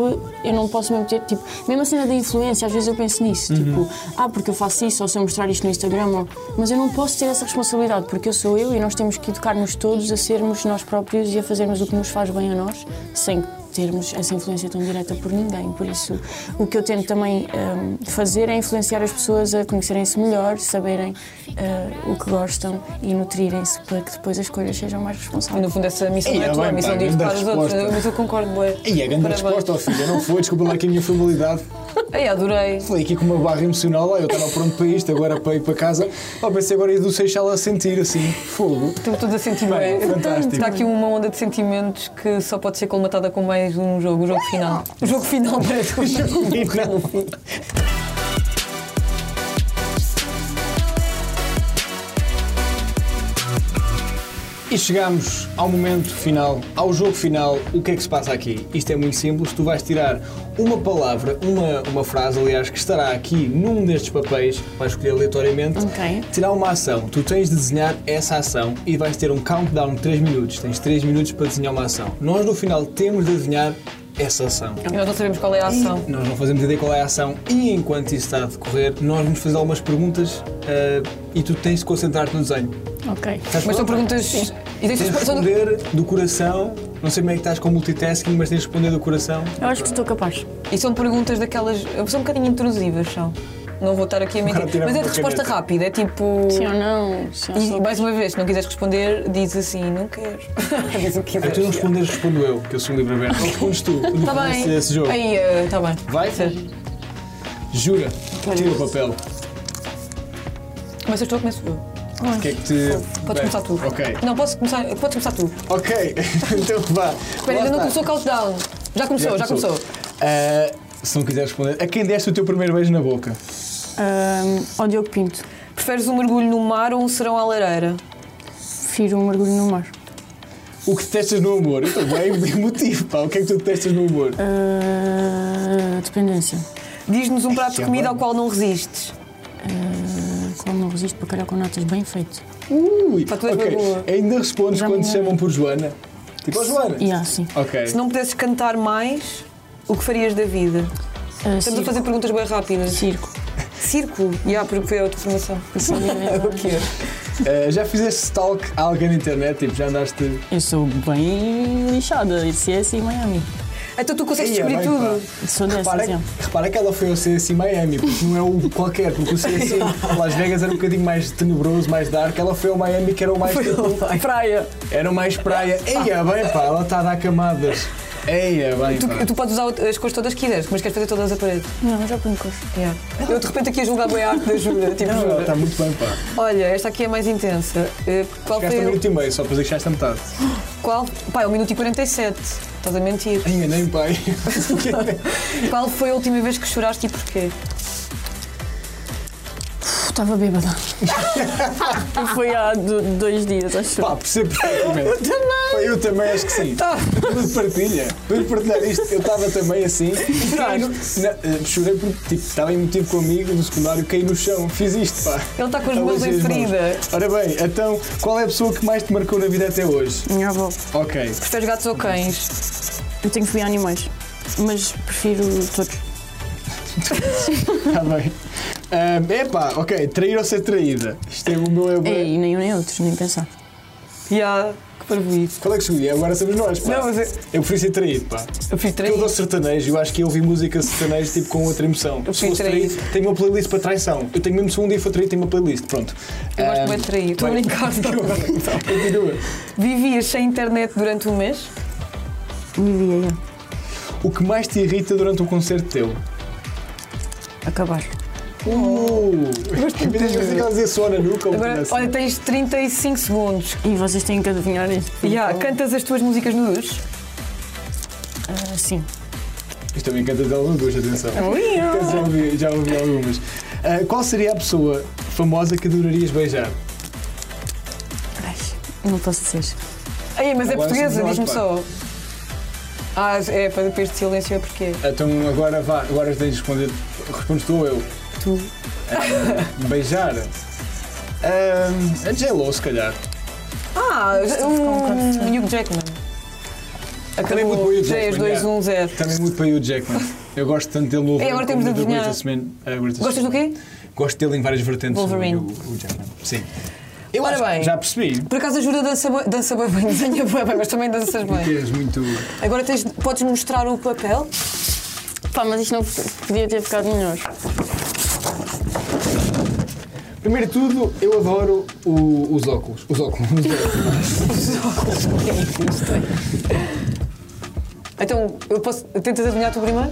[SPEAKER 3] eu não posso mesmo ter. Tipo, mesmo a cena da influência, às vezes eu penso nisso. Tipo, ah, porque eu faço isso, ou se eu mostrar isto no Instagram. Ou... Mas eu não posso ter essa responsabilidade, porque eu sou eu e nós temos que educar-nos todos a sermos nós próprios e a fazermos o que nos faz bem a nós, sem termos essa influência tão direta por ninguém. Por isso, o que eu tento também hum, fazer é influenciar as pessoas a conhecerem-se melhor, saberem ah, o que gostam e nutrirem-se para que depois as escolhas sejam mais
[SPEAKER 1] E
[SPEAKER 3] responsáveis.
[SPEAKER 1] no fundo, essa missão
[SPEAKER 2] Ei,
[SPEAKER 1] não é
[SPEAKER 2] é
[SPEAKER 1] tua, a
[SPEAKER 2] bem,
[SPEAKER 1] missão
[SPEAKER 2] pá,
[SPEAKER 1] de
[SPEAKER 2] grande
[SPEAKER 1] educar os outros.
[SPEAKER 2] resposta.
[SPEAKER 1] Mas eu concordo, bem.
[SPEAKER 2] Ei, a grande
[SPEAKER 1] Parabéns.
[SPEAKER 2] resposta, ó filha, não foi, desculpa lá aqui a minha frivolidade.
[SPEAKER 1] Ei, adorei.
[SPEAKER 2] Falei aqui com uma barra emocional, ah, eu estava pronto para isto, agora para ir para casa. Oh, pensei agora ia do Seixal a sentir assim, fogo.
[SPEAKER 1] Estou todos a sentir
[SPEAKER 2] Bem,
[SPEAKER 1] bem.
[SPEAKER 2] fantástico.
[SPEAKER 1] Está aqui uma onda de sentimentos que só pode ser colmatada com mais um jogo, o jogo final. O jogo final
[SPEAKER 2] O
[SPEAKER 1] da
[SPEAKER 2] jogo final. E chegamos ao momento final, ao jogo final. O que é que se passa aqui? Isto é muito simples. Tu vais tirar uma palavra, uma, uma frase, aliás, que estará aqui num destes papéis, vais escolher aleatoriamente.
[SPEAKER 3] Ok.
[SPEAKER 2] Tirar uma ação. Tu tens de desenhar essa ação e vais ter um countdown de 3 minutos. Tens 3 minutos para desenhar uma ação. Nós, no final, temos de adivinhar essa ação.
[SPEAKER 1] E Nós não sabemos qual é a ação.
[SPEAKER 2] Nós não fazemos ideia qual é a ação e enquanto isso está a decorrer, nós vamos fazer algumas perguntas ah, e tu tens de concentrar-te no desenho.
[SPEAKER 3] Ok.
[SPEAKER 2] Estás
[SPEAKER 1] Mas são
[SPEAKER 2] pronta?
[SPEAKER 1] perguntas. E
[SPEAKER 2] Tens
[SPEAKER 1] deixa
[SPEAKER 2] de responder do coração, não sei como é que estás com o multitasking, mas tens de responder do coração.
[SPEAKER 3] Eu acho que estou capaz.
[SPEAKER 1] E são perguntas daquelas. São um bocadinho intrusivas, são. Não vou estar aqui a mentir.
[SPEAKER 2] Agora tirava
[SPEAKER 1] Mas é
[SPEAKER 2] uma
[SPEAKER 1] de resposta
[SPEAKER 2] caneta.
[SPEAKER 1] rápida, é tipo.
[SPEAKER 3] Sim ou não? Sim ou
[SPEAKER 1] E
[SPEAKER 3] não?
[SPEAKER 1] mais uma vez, se não quiseres responder, diz assim, não quero. Tá diz o que
[SPEAKER 2] É
[SPEAKER 1] quiseres.
[SPEAKER 2] tu não respondes, respondo eu, que eu sou um livro aberto. Ou respondes tu,
[SPEAKER 1] Está
[SPEAKER 2] no esse,
[SPEAKER 1] Tá bem.
[SPEAKER 2] esse jogo.
[SPEAKER 1] Aí, eh, está bem.
[SPEAKER 2] Vai?
[SPEAKER 1] Sim.
[SPEAKER 2] Jura,
[SPEAKER 3] Olha
[SPEAKER 2] tira o
[SPEAKER 3] isso.
[SPEAKER 2] papel.
[SPEAKER 1] Começas tu ou começo eu?
[SPEAKER 2] O que é que te.
[SPEAKER 1] Podes
[SPEAKER 2] Bem,
[SPEAKER 1] começar tu.
[SPEAKER 2] Ok.
[SPEAKER 1] Não, posso começar. Podes começar tu.
[SPEAKER 2] Ok, então vá.
[SPEAKER 1] Espera, ainda não
[SPEAKER 2] Lá
[SPEAKER 1] começou
[SPEAKER 2] está.
[SPEAKER 1] o countdown. Já começou, já começou.
[SPEAKER 2] Ah, se não quiseres responder, a quem deste o teu primeiro beijo na boca?
[SPEAKER 3] Ah, ao Diogo Pinto.
[SPEAKER 1] Preferes um mergulho no mar ou um serão à lareira?
[SPEAKER 3] Prefiro um mergulho no mar.
[SPEAKER 2] O que detestas no amor? Eu também, bem motivo, pá. O que é que tu detestas no amor?
[SPEAKER 3] Ah, dependência.
[SPEAKER 1] Diz-nos um prato de
[SPEAKER 2] Ai,
[SPEAKER 1] comida
[SPEAKER 2] agora-
[SPEAKER 1] ao qual não resistes.
[SPEAKER 3] Ah, qual não resisto para caralho com notas bem feito.
[SPEAKER 2] Ui,
[SPEAKER 1] Pá, tu és
[SPEAKER 2] ok.
[SPEAKER 1] bem boa.
[SPEAKER 2] Ainda respondes
[SPEAKER 3] Já
[SPEAKER 2] quando
[SPEAKER 3] me-
[SPEAKER 2] te chamam por Joana? Tipo, ó Joana?
[SPEAKER 3] Yeah, ah, sim.
[SPEAKER 2] Ok.
[SPEAKER 1] Se não pudesses cantar mais, o que farias da vida?
[SPEAKER 3] Ah,
[SPEAKER 1] Estamos a
[SPEAKER 3] circo.
[SPEAKER 1] fazer perguntas bem rápidas.
[SPEAKER 3] Circo.
[SPEAKER 1] Circo? Ya, porque foi a outra formação.
[SPEAKER 3] Isso é mesmo.
[SPEAKER 1] O quê?
[SPEAKER 2] Eh, já fizeste stalk a alguém na internet? Tipo, já andaste.
[SPEAKER 3] Eu sou bem lixada, ICS e é assim, Miami.
[SPEAKER 1] Então tu consegues
[SPEAKER 2] Ia,
[SPEAKER 1] descobrir
[SPEAKER 2] é bem,
[SPEAKER 1] tudo.
[SPEAKER 2] pá.
[SPEAKER 3] Sou dessa,
[SPEAKER 2] Repara,
[SPEAKER 3] exemplo.
[SPEAKER 2] repara que ela foi ao CSI Miami, porque não é o qualquer, porque o CSI Las Vegas era um bocadinho mais tenebroso, mais dark. Ela foi ao Miami que era o mais. tipo,
[SPEAKER 1] Praia.
[SPEAKER 2] era o mais praia. Eia, bem, pá, ela está a dar camadas. Eia, bem,
[SPEAKER 1] Tu,
[SPEAKER 2] pá.
[SPEAKER 1] tu podes usar as cores todas que quiseres, mas queres fazer todas a parede.
[SPEAKER 3] Não, já ponho cor.
[SPEAKER 1] Ya. Eu de repente aqui a julgar bem a arte da Jura. Tipo,
[SPEAKER 2] Então- Não, tá. ela
[SPEAKER 1] Jura.
[SPEAKER 2] está muito bem, pá.
[SPEAKER 1] Olha, esta aqui é mais intensa. Eh, Qual
[SPEAKER 2] Chegaste a um
[SPEAKER 1] foi o.
[SPEAKER 2] minuto e meio, só depois deixaste a metade.
[SPEAKER 1] Qual? Pá, é 1 minuto e 47. Estás a mentir.
[SPEAKER 2] Ai, nem pai.
[SPEAKER 1] Qual foi a última vez que choraste e porquê?
[SPEAKER 3] Estava bêbada. E foi há do- dois dias, acho.
[SPEAKER 2] Pá, percebo perfeitamente. Eu também. Eu também acho que sim.
[SPEAKER 1] Tá.
[SPEAKER 2] Tudo partilha. Para partilhar isto, eu estava também assim. E
[SPEAKER 1] Tá.
[SPEAKER 2] caí no- na- eh, chorei porque tipo, estava em motivo com um amigo no secundário, caí no chão, fiz isto, pá.
[SPEAKER 1] Ele está com as mãos
[SPEAKER 2] Alejei
[SPEAKER 1] em
[SPEAKER 2] as mãos.
[SPEAKER 1] ferida.
[SPEAKER 2] Ora bem, então, qual é a pessoa que mais te marcou na vida até hoje?
[SPEAKER 3] Minha avó.
[SPEAKER 2] Ok.
[SPEAKER 1] Preferes gatos ou cães?
[SPEAKER 3] Eu tenho fobia a animais, mas prefiro todos.
[SPEAKER 2] Está tá bem. Ahm, epá, ok, trair ou ser traída? Isto é o meu. É o meu-
[SPEAKER 3] Ei, nem um nem outros, nem pensar.
[SPEAKER 1] Ya, que parvoíce.
[SPEAKER 2] Qual é que escolhi? Agora somos nós, pá.
[SPEAKER 1] Não, mas eu-
[SPEAKER 2] Eu prefiro ser traído, pá.
[SPEAKER 1] Eu fui
[SPEAKER 2] Porque eu
[SPEAKER 1] traído.
[SPEAKER 2] dou sertanejo, eu acho que eu ouvi música sertanejo tipo com outra emoção.
[SPEAKER 1] Eu
[SPEAKER 2] Se
[SPEAKER 1] fui
[SPEAKER 2] fosse
[SPEAKER 1] traído.
[SPEAKER 2] traído, tenho uma playlist para traição. Eu tenho mesmo se um dia for traído, tenho uma playlist. Pronto.
[SPEAKER 1] Eu gosto
[SPEAKER 2] Ahm,
[SPEAKER 1] bué de trair. Estou a
[SPEAKER 2] bem.
[SPEAKER 1] brincar, só.
[SPEAKER 2] Então, Continua.
[SPEAKER 1] Vivias sem internet durante um mês?
[SPEAKER 3] Vivia eu.
[SPEAKER 2] O que mais te irrita durante um concerto teu?
[SPEAKER 3] Acabar.
[SPEAKER 1] Oh.
[SPEAKER 2] Uh! Tens que ela dizia só na nuca ou
[SPEAKER 1] Agora,
[SPEAKER 2] assim.
[SPEAKER 1] olha, tens 35 segundos.
[SPEAKER 3] E vocês têm que adivinhar isto.
[SPEAKER 2] Então.
[SPEAKER 1] Ya, cantas as tuas músicas no duche?
[SPEAKER 3] Ah, sim.
[SPEAKER 2] Isto também canta de algumas duas, atenção.
[SPEAKER 1] É um
[SPEAKER 2] Já ouvi, já ouvi algumas. Ah, qual seria a pessoa famosa que adorarias beijar?
[SPEAKER 3] Ai, não posso dizer.
[SPEAKER 1] Aí, mas é
[SPEAKER 2] Agora
[SPEAKER 1] portuguesa,
[SPEAKER 2] somos
[SPEAKER 1] diz-me
[SPEAKER 2] nós,
[SPEAKER 1] só. Ah, é para depois de silêncio é porque
[SPEAKER 2] Então agora vá, agora tens de responder. Respondes tu ou eu?
[SPEAKER 1] tu.
[SPEAKER 2] Beijar? Um, a J-Lo, se calhar.
[SPEAKER 1] Ah, já-
[SPEAKER 3] bocado
[SPEAKER 1] um, Hugh Jackman.
[SPEAKER 2] Também muito bom Hugh
[SPEAKER 1] 3,
[SPEAKER 2] Jackman,
[SPEAKER 1] 2,
[SPEAKER 2] já.
[SPEAKER 1] 1, 0.
[SPEAKER 2] Também muito para o Hugh Jackman. Eu gosto tanto dele no Wolverine
[SPEAKER 1] É, agora temos
[SPEAKER 2] como
[SPEAKER 1] de
[SPEAKER 2] do
[SPEAKER 1] adivinhar.
[SPEAKER 2] Greatest Man. uh, Greatest
[SPEAKER 1] Gostas do
[SPEAKER 2] Man.
[SPEAKER 1] quê?
[SPEAKER 2] Gosto dele em várias vertentes.
[SPEAKER 1] Wolverine.
[SPEAKER 2] O, o Jackman. Sim. Eu
[SPEAKER 1] Ora
[SPEAKER 2] acho que
[SPEAKER 1] bem.
[SPEAKER 2] Já percebi.
[SPEAKER 1] Por acaso a Jura dança bué- dança bem, bem, desenha bem, bem, mas também danças bem.
[SPEAKER 2] Tens muito.
[SPEAKER 1] Agora tens, podes mostrar o papel?
[SPEAKER 3] Pá, mas isto não podia ter ficado melhor.
[SPEAKER 2] Primeiro de tudo, eu adoro o- os óculos. Os óculos.
[SPEAKER 1] Então, eu posso. Tentas adivinhar tu primeiro?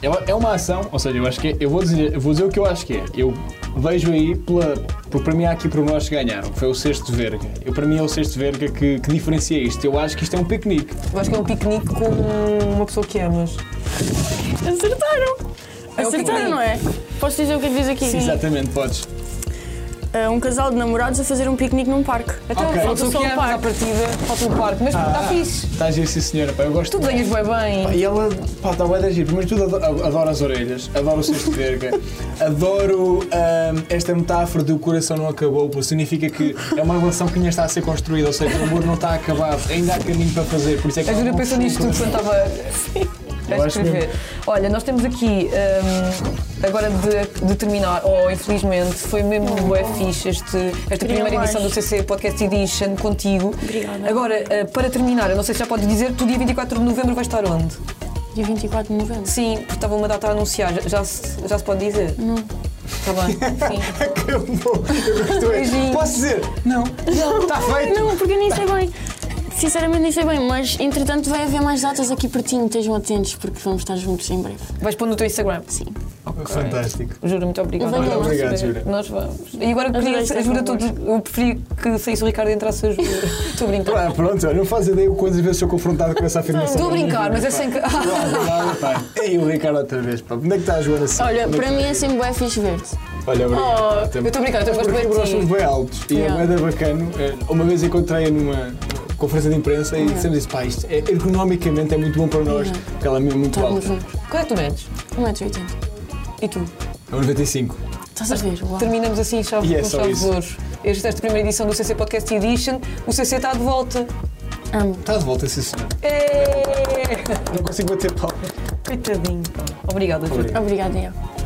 [SPEAKER 2] É uma, é uma ação, ou seja, eu acho que é, eu vou dizer, eu vou dizer o que eu acho que é. Eu vejo aí pela, porque para mim há aqui pormenores que ganharam, que foi o sexto verga. Eu para mim é o sexto verga que, que diferencia isto. Eu acho que isto é um piquenique.
[SPEAKER 1] Eu acho que é um piquenique com uma pessoa que amas.
[SPEAKER 3] Acertaram!
[SPEAKER 1] É o
[SPEAKER 3] Acertaram,
[SPEAKER 1] piquenique.
[SPEAKER 3] não é? Posso dizer o que é que diz aqui?
[SPEAKER 2] Exatamente, podes.
[SPEAKER 3] Ah, um casal de namorados a fazer um piquenique num parque.
[SPEAKER 1] Então,
[SPEAKER 2] Ok.
[SPEAKER 1] falta
[SPEAKER 3] Falta
[SPEAKER 1] só
[SPEAKER 3] só
[SPEAKER 1] o
[SPEAKER 3] o
[SPEAKER 1] que amas
[SPEAKER 3] parque.
[SPEAKER 1] à partida, falta o parque,
[SPEAKER 2] Ah.
[SPEAKER 1] mas está fixe.
[SPEAKER 2] Está Tá a agir, sim senhora, pá, eu gosto.
[SPEAKER 1] Tu desenhas bem bem.
[SPEAKER 2] E ela, pá, está bué de agir. Primeiro de tudo, adoro, adoro as orelhas, adoro o sexto verga, adoro ahm, esta metáfora do coração não acabou, porque significa que é uma relação que ainda está a ser construída, ou seja, o amor não está acabado, ainda há caminho para fazer, por isso é que
[SPEAKER 1] A
[SPEAKER 2] ela
[SPEAKER 1] Jura
[SPEAKER 2] não
[SPEAKER 1] pensou
[SPEAKER 2] fechou o
[SPEAKER 1] nisto tudo
[SPEAKER 2] coração.
[SPEAKER 1] quando estava
[SPEAKER 2] Eu
[SPEAKER 1] a
[SPEAKER 2] acho
[SPEAKER 1] escrever. Olha, nós temos aqui, hum, agora de, de terminar, oh, infelizmente, foi mesmo bué fixe este- esta primeira
[SPEAKER 3] mais.
[SPEAKER 1] edição do CC Podcast Edition contigo.
[SPEAKER 3] Obrigada.
[SPEAKER 1] Agora, eh, para terminar, eu não sei se já podes dizer, tu dia 24 de novembro vais estar onde?
[SPEAKER 3] Dia 24 de novembro.
[SPEAKER 1] Sim, porque estava uma data a anunciar, já, já, se, já se pode dizer? Não. Está bem, sim.
[SPEAKER 2] Acabou. Eu gosto é.
[SPEAKER 1] Beijinhos.
[SPEAKER 2] Posso dizer? Não. Está feito.
[SPEAKER 3] Não, porque eu nem sei bem. Sinceramente nem sei bem, mas entretanto vai haver mais datas aqui pertinho, estejam atentos porque vamos estar juntos em breve.
[SPEAKER 1] Vais pôr no teu Instagram?
[SPEAKER 3] Sim.
[SPEAKER 2] Fantástico.
[SPEAKER 1] Juro, muito obrigada.
[SPEAKER 3] Muito
[SPEAKER 1] Nós
[SPEAKER 2] obrigado,
[SPEAKER 1] vamos.
[SPEAKER 2] Jura.
[SPEAKER 1] Nós vamos. E agora
[SPEAKER 3] Adorei
[SPEAKER 1] queria
[SPEAKER 3] este
[SPEAKER 1] a Jura
[SPEAKER 3] convosco.
[SPEAKER 1] todo. Eu preferi que saísse o Ricardo e entrasse a Jura. Estou a brincar.
[SPEAKER 2] Ah, pronto, olha, não faz ideia quantas vezes sou confrontado com essa afirmação.
[SPEAKER 1] Estou a brincar, mas é sem que.
[SPEAKER 2] Ah, verdade, pá. E o Ricardo outra vez, pá. Onde é que está a Joana?
[SPEAKER 3] Olha,
[SPEAKER 2] Onde é
[SPEAKER 3] para
[SPEAKER 2] que-
[SPEAKER 3] mim é sempre bué fixe ver-te.
[SPEAKER 2] Olha, obrigado.
[SPEAKER 1] eu estou a brincar, eu também
[SPEAKER 2] Mas
[SPEAKER 1] gosto
[SPEAKER 2] porque
[SPEAKER 1] bem de
[SPEAKER 2] nós
[SPEAKER 1] ti.
[SPEAKER 2] somos bem altos e
[SPEAKER 3] Yeah.
[SPEAKER 2] é bem bacana. É, Uma vez encontrei-a numa conferência de imprensa e dissemos isso, pá, isto é, ergonomicamente é muito bom para nós,
[SPEAKER 3] Yeah. Tá,
[SPEAKER 2] porque ela é mesmo muito
[SPEAKER 3] Estamos
[SPEAKER 2] alta.
[SPEAKER 3] juntos.
[SPEAKER 1] Qual é que tu medes?
[SPEAKER 3] 1,80m.
[SPEAKER 1] E tu?
[SPEAKER 2] É um 95.
[SPEAKER 3] Estás a ver? Uau.
[SPEAKER 1] Terminamos assim chave,
[SPEAKER 2] E é
[SPEAKER 1] com
[SPEAKER 2] só
[SPEAKER 1] chave de
[SPEAKER 2] isso.
[SPEAKER 1] ouro. Este- É Esta primeira edição do CC Podcast Edition. O CC está de volta.
[SPEAKER 3] Amo.
[SPEAKER 2] Está Tá de volta, sim senhor.
[SPEAKER 1] É!
[SPEAKER 2] Não consigo bater palmas.
[SPEAKER 1] Coitadinho. Obrigada, Júlio.
[SPEAKER 3] Obrigada, eu.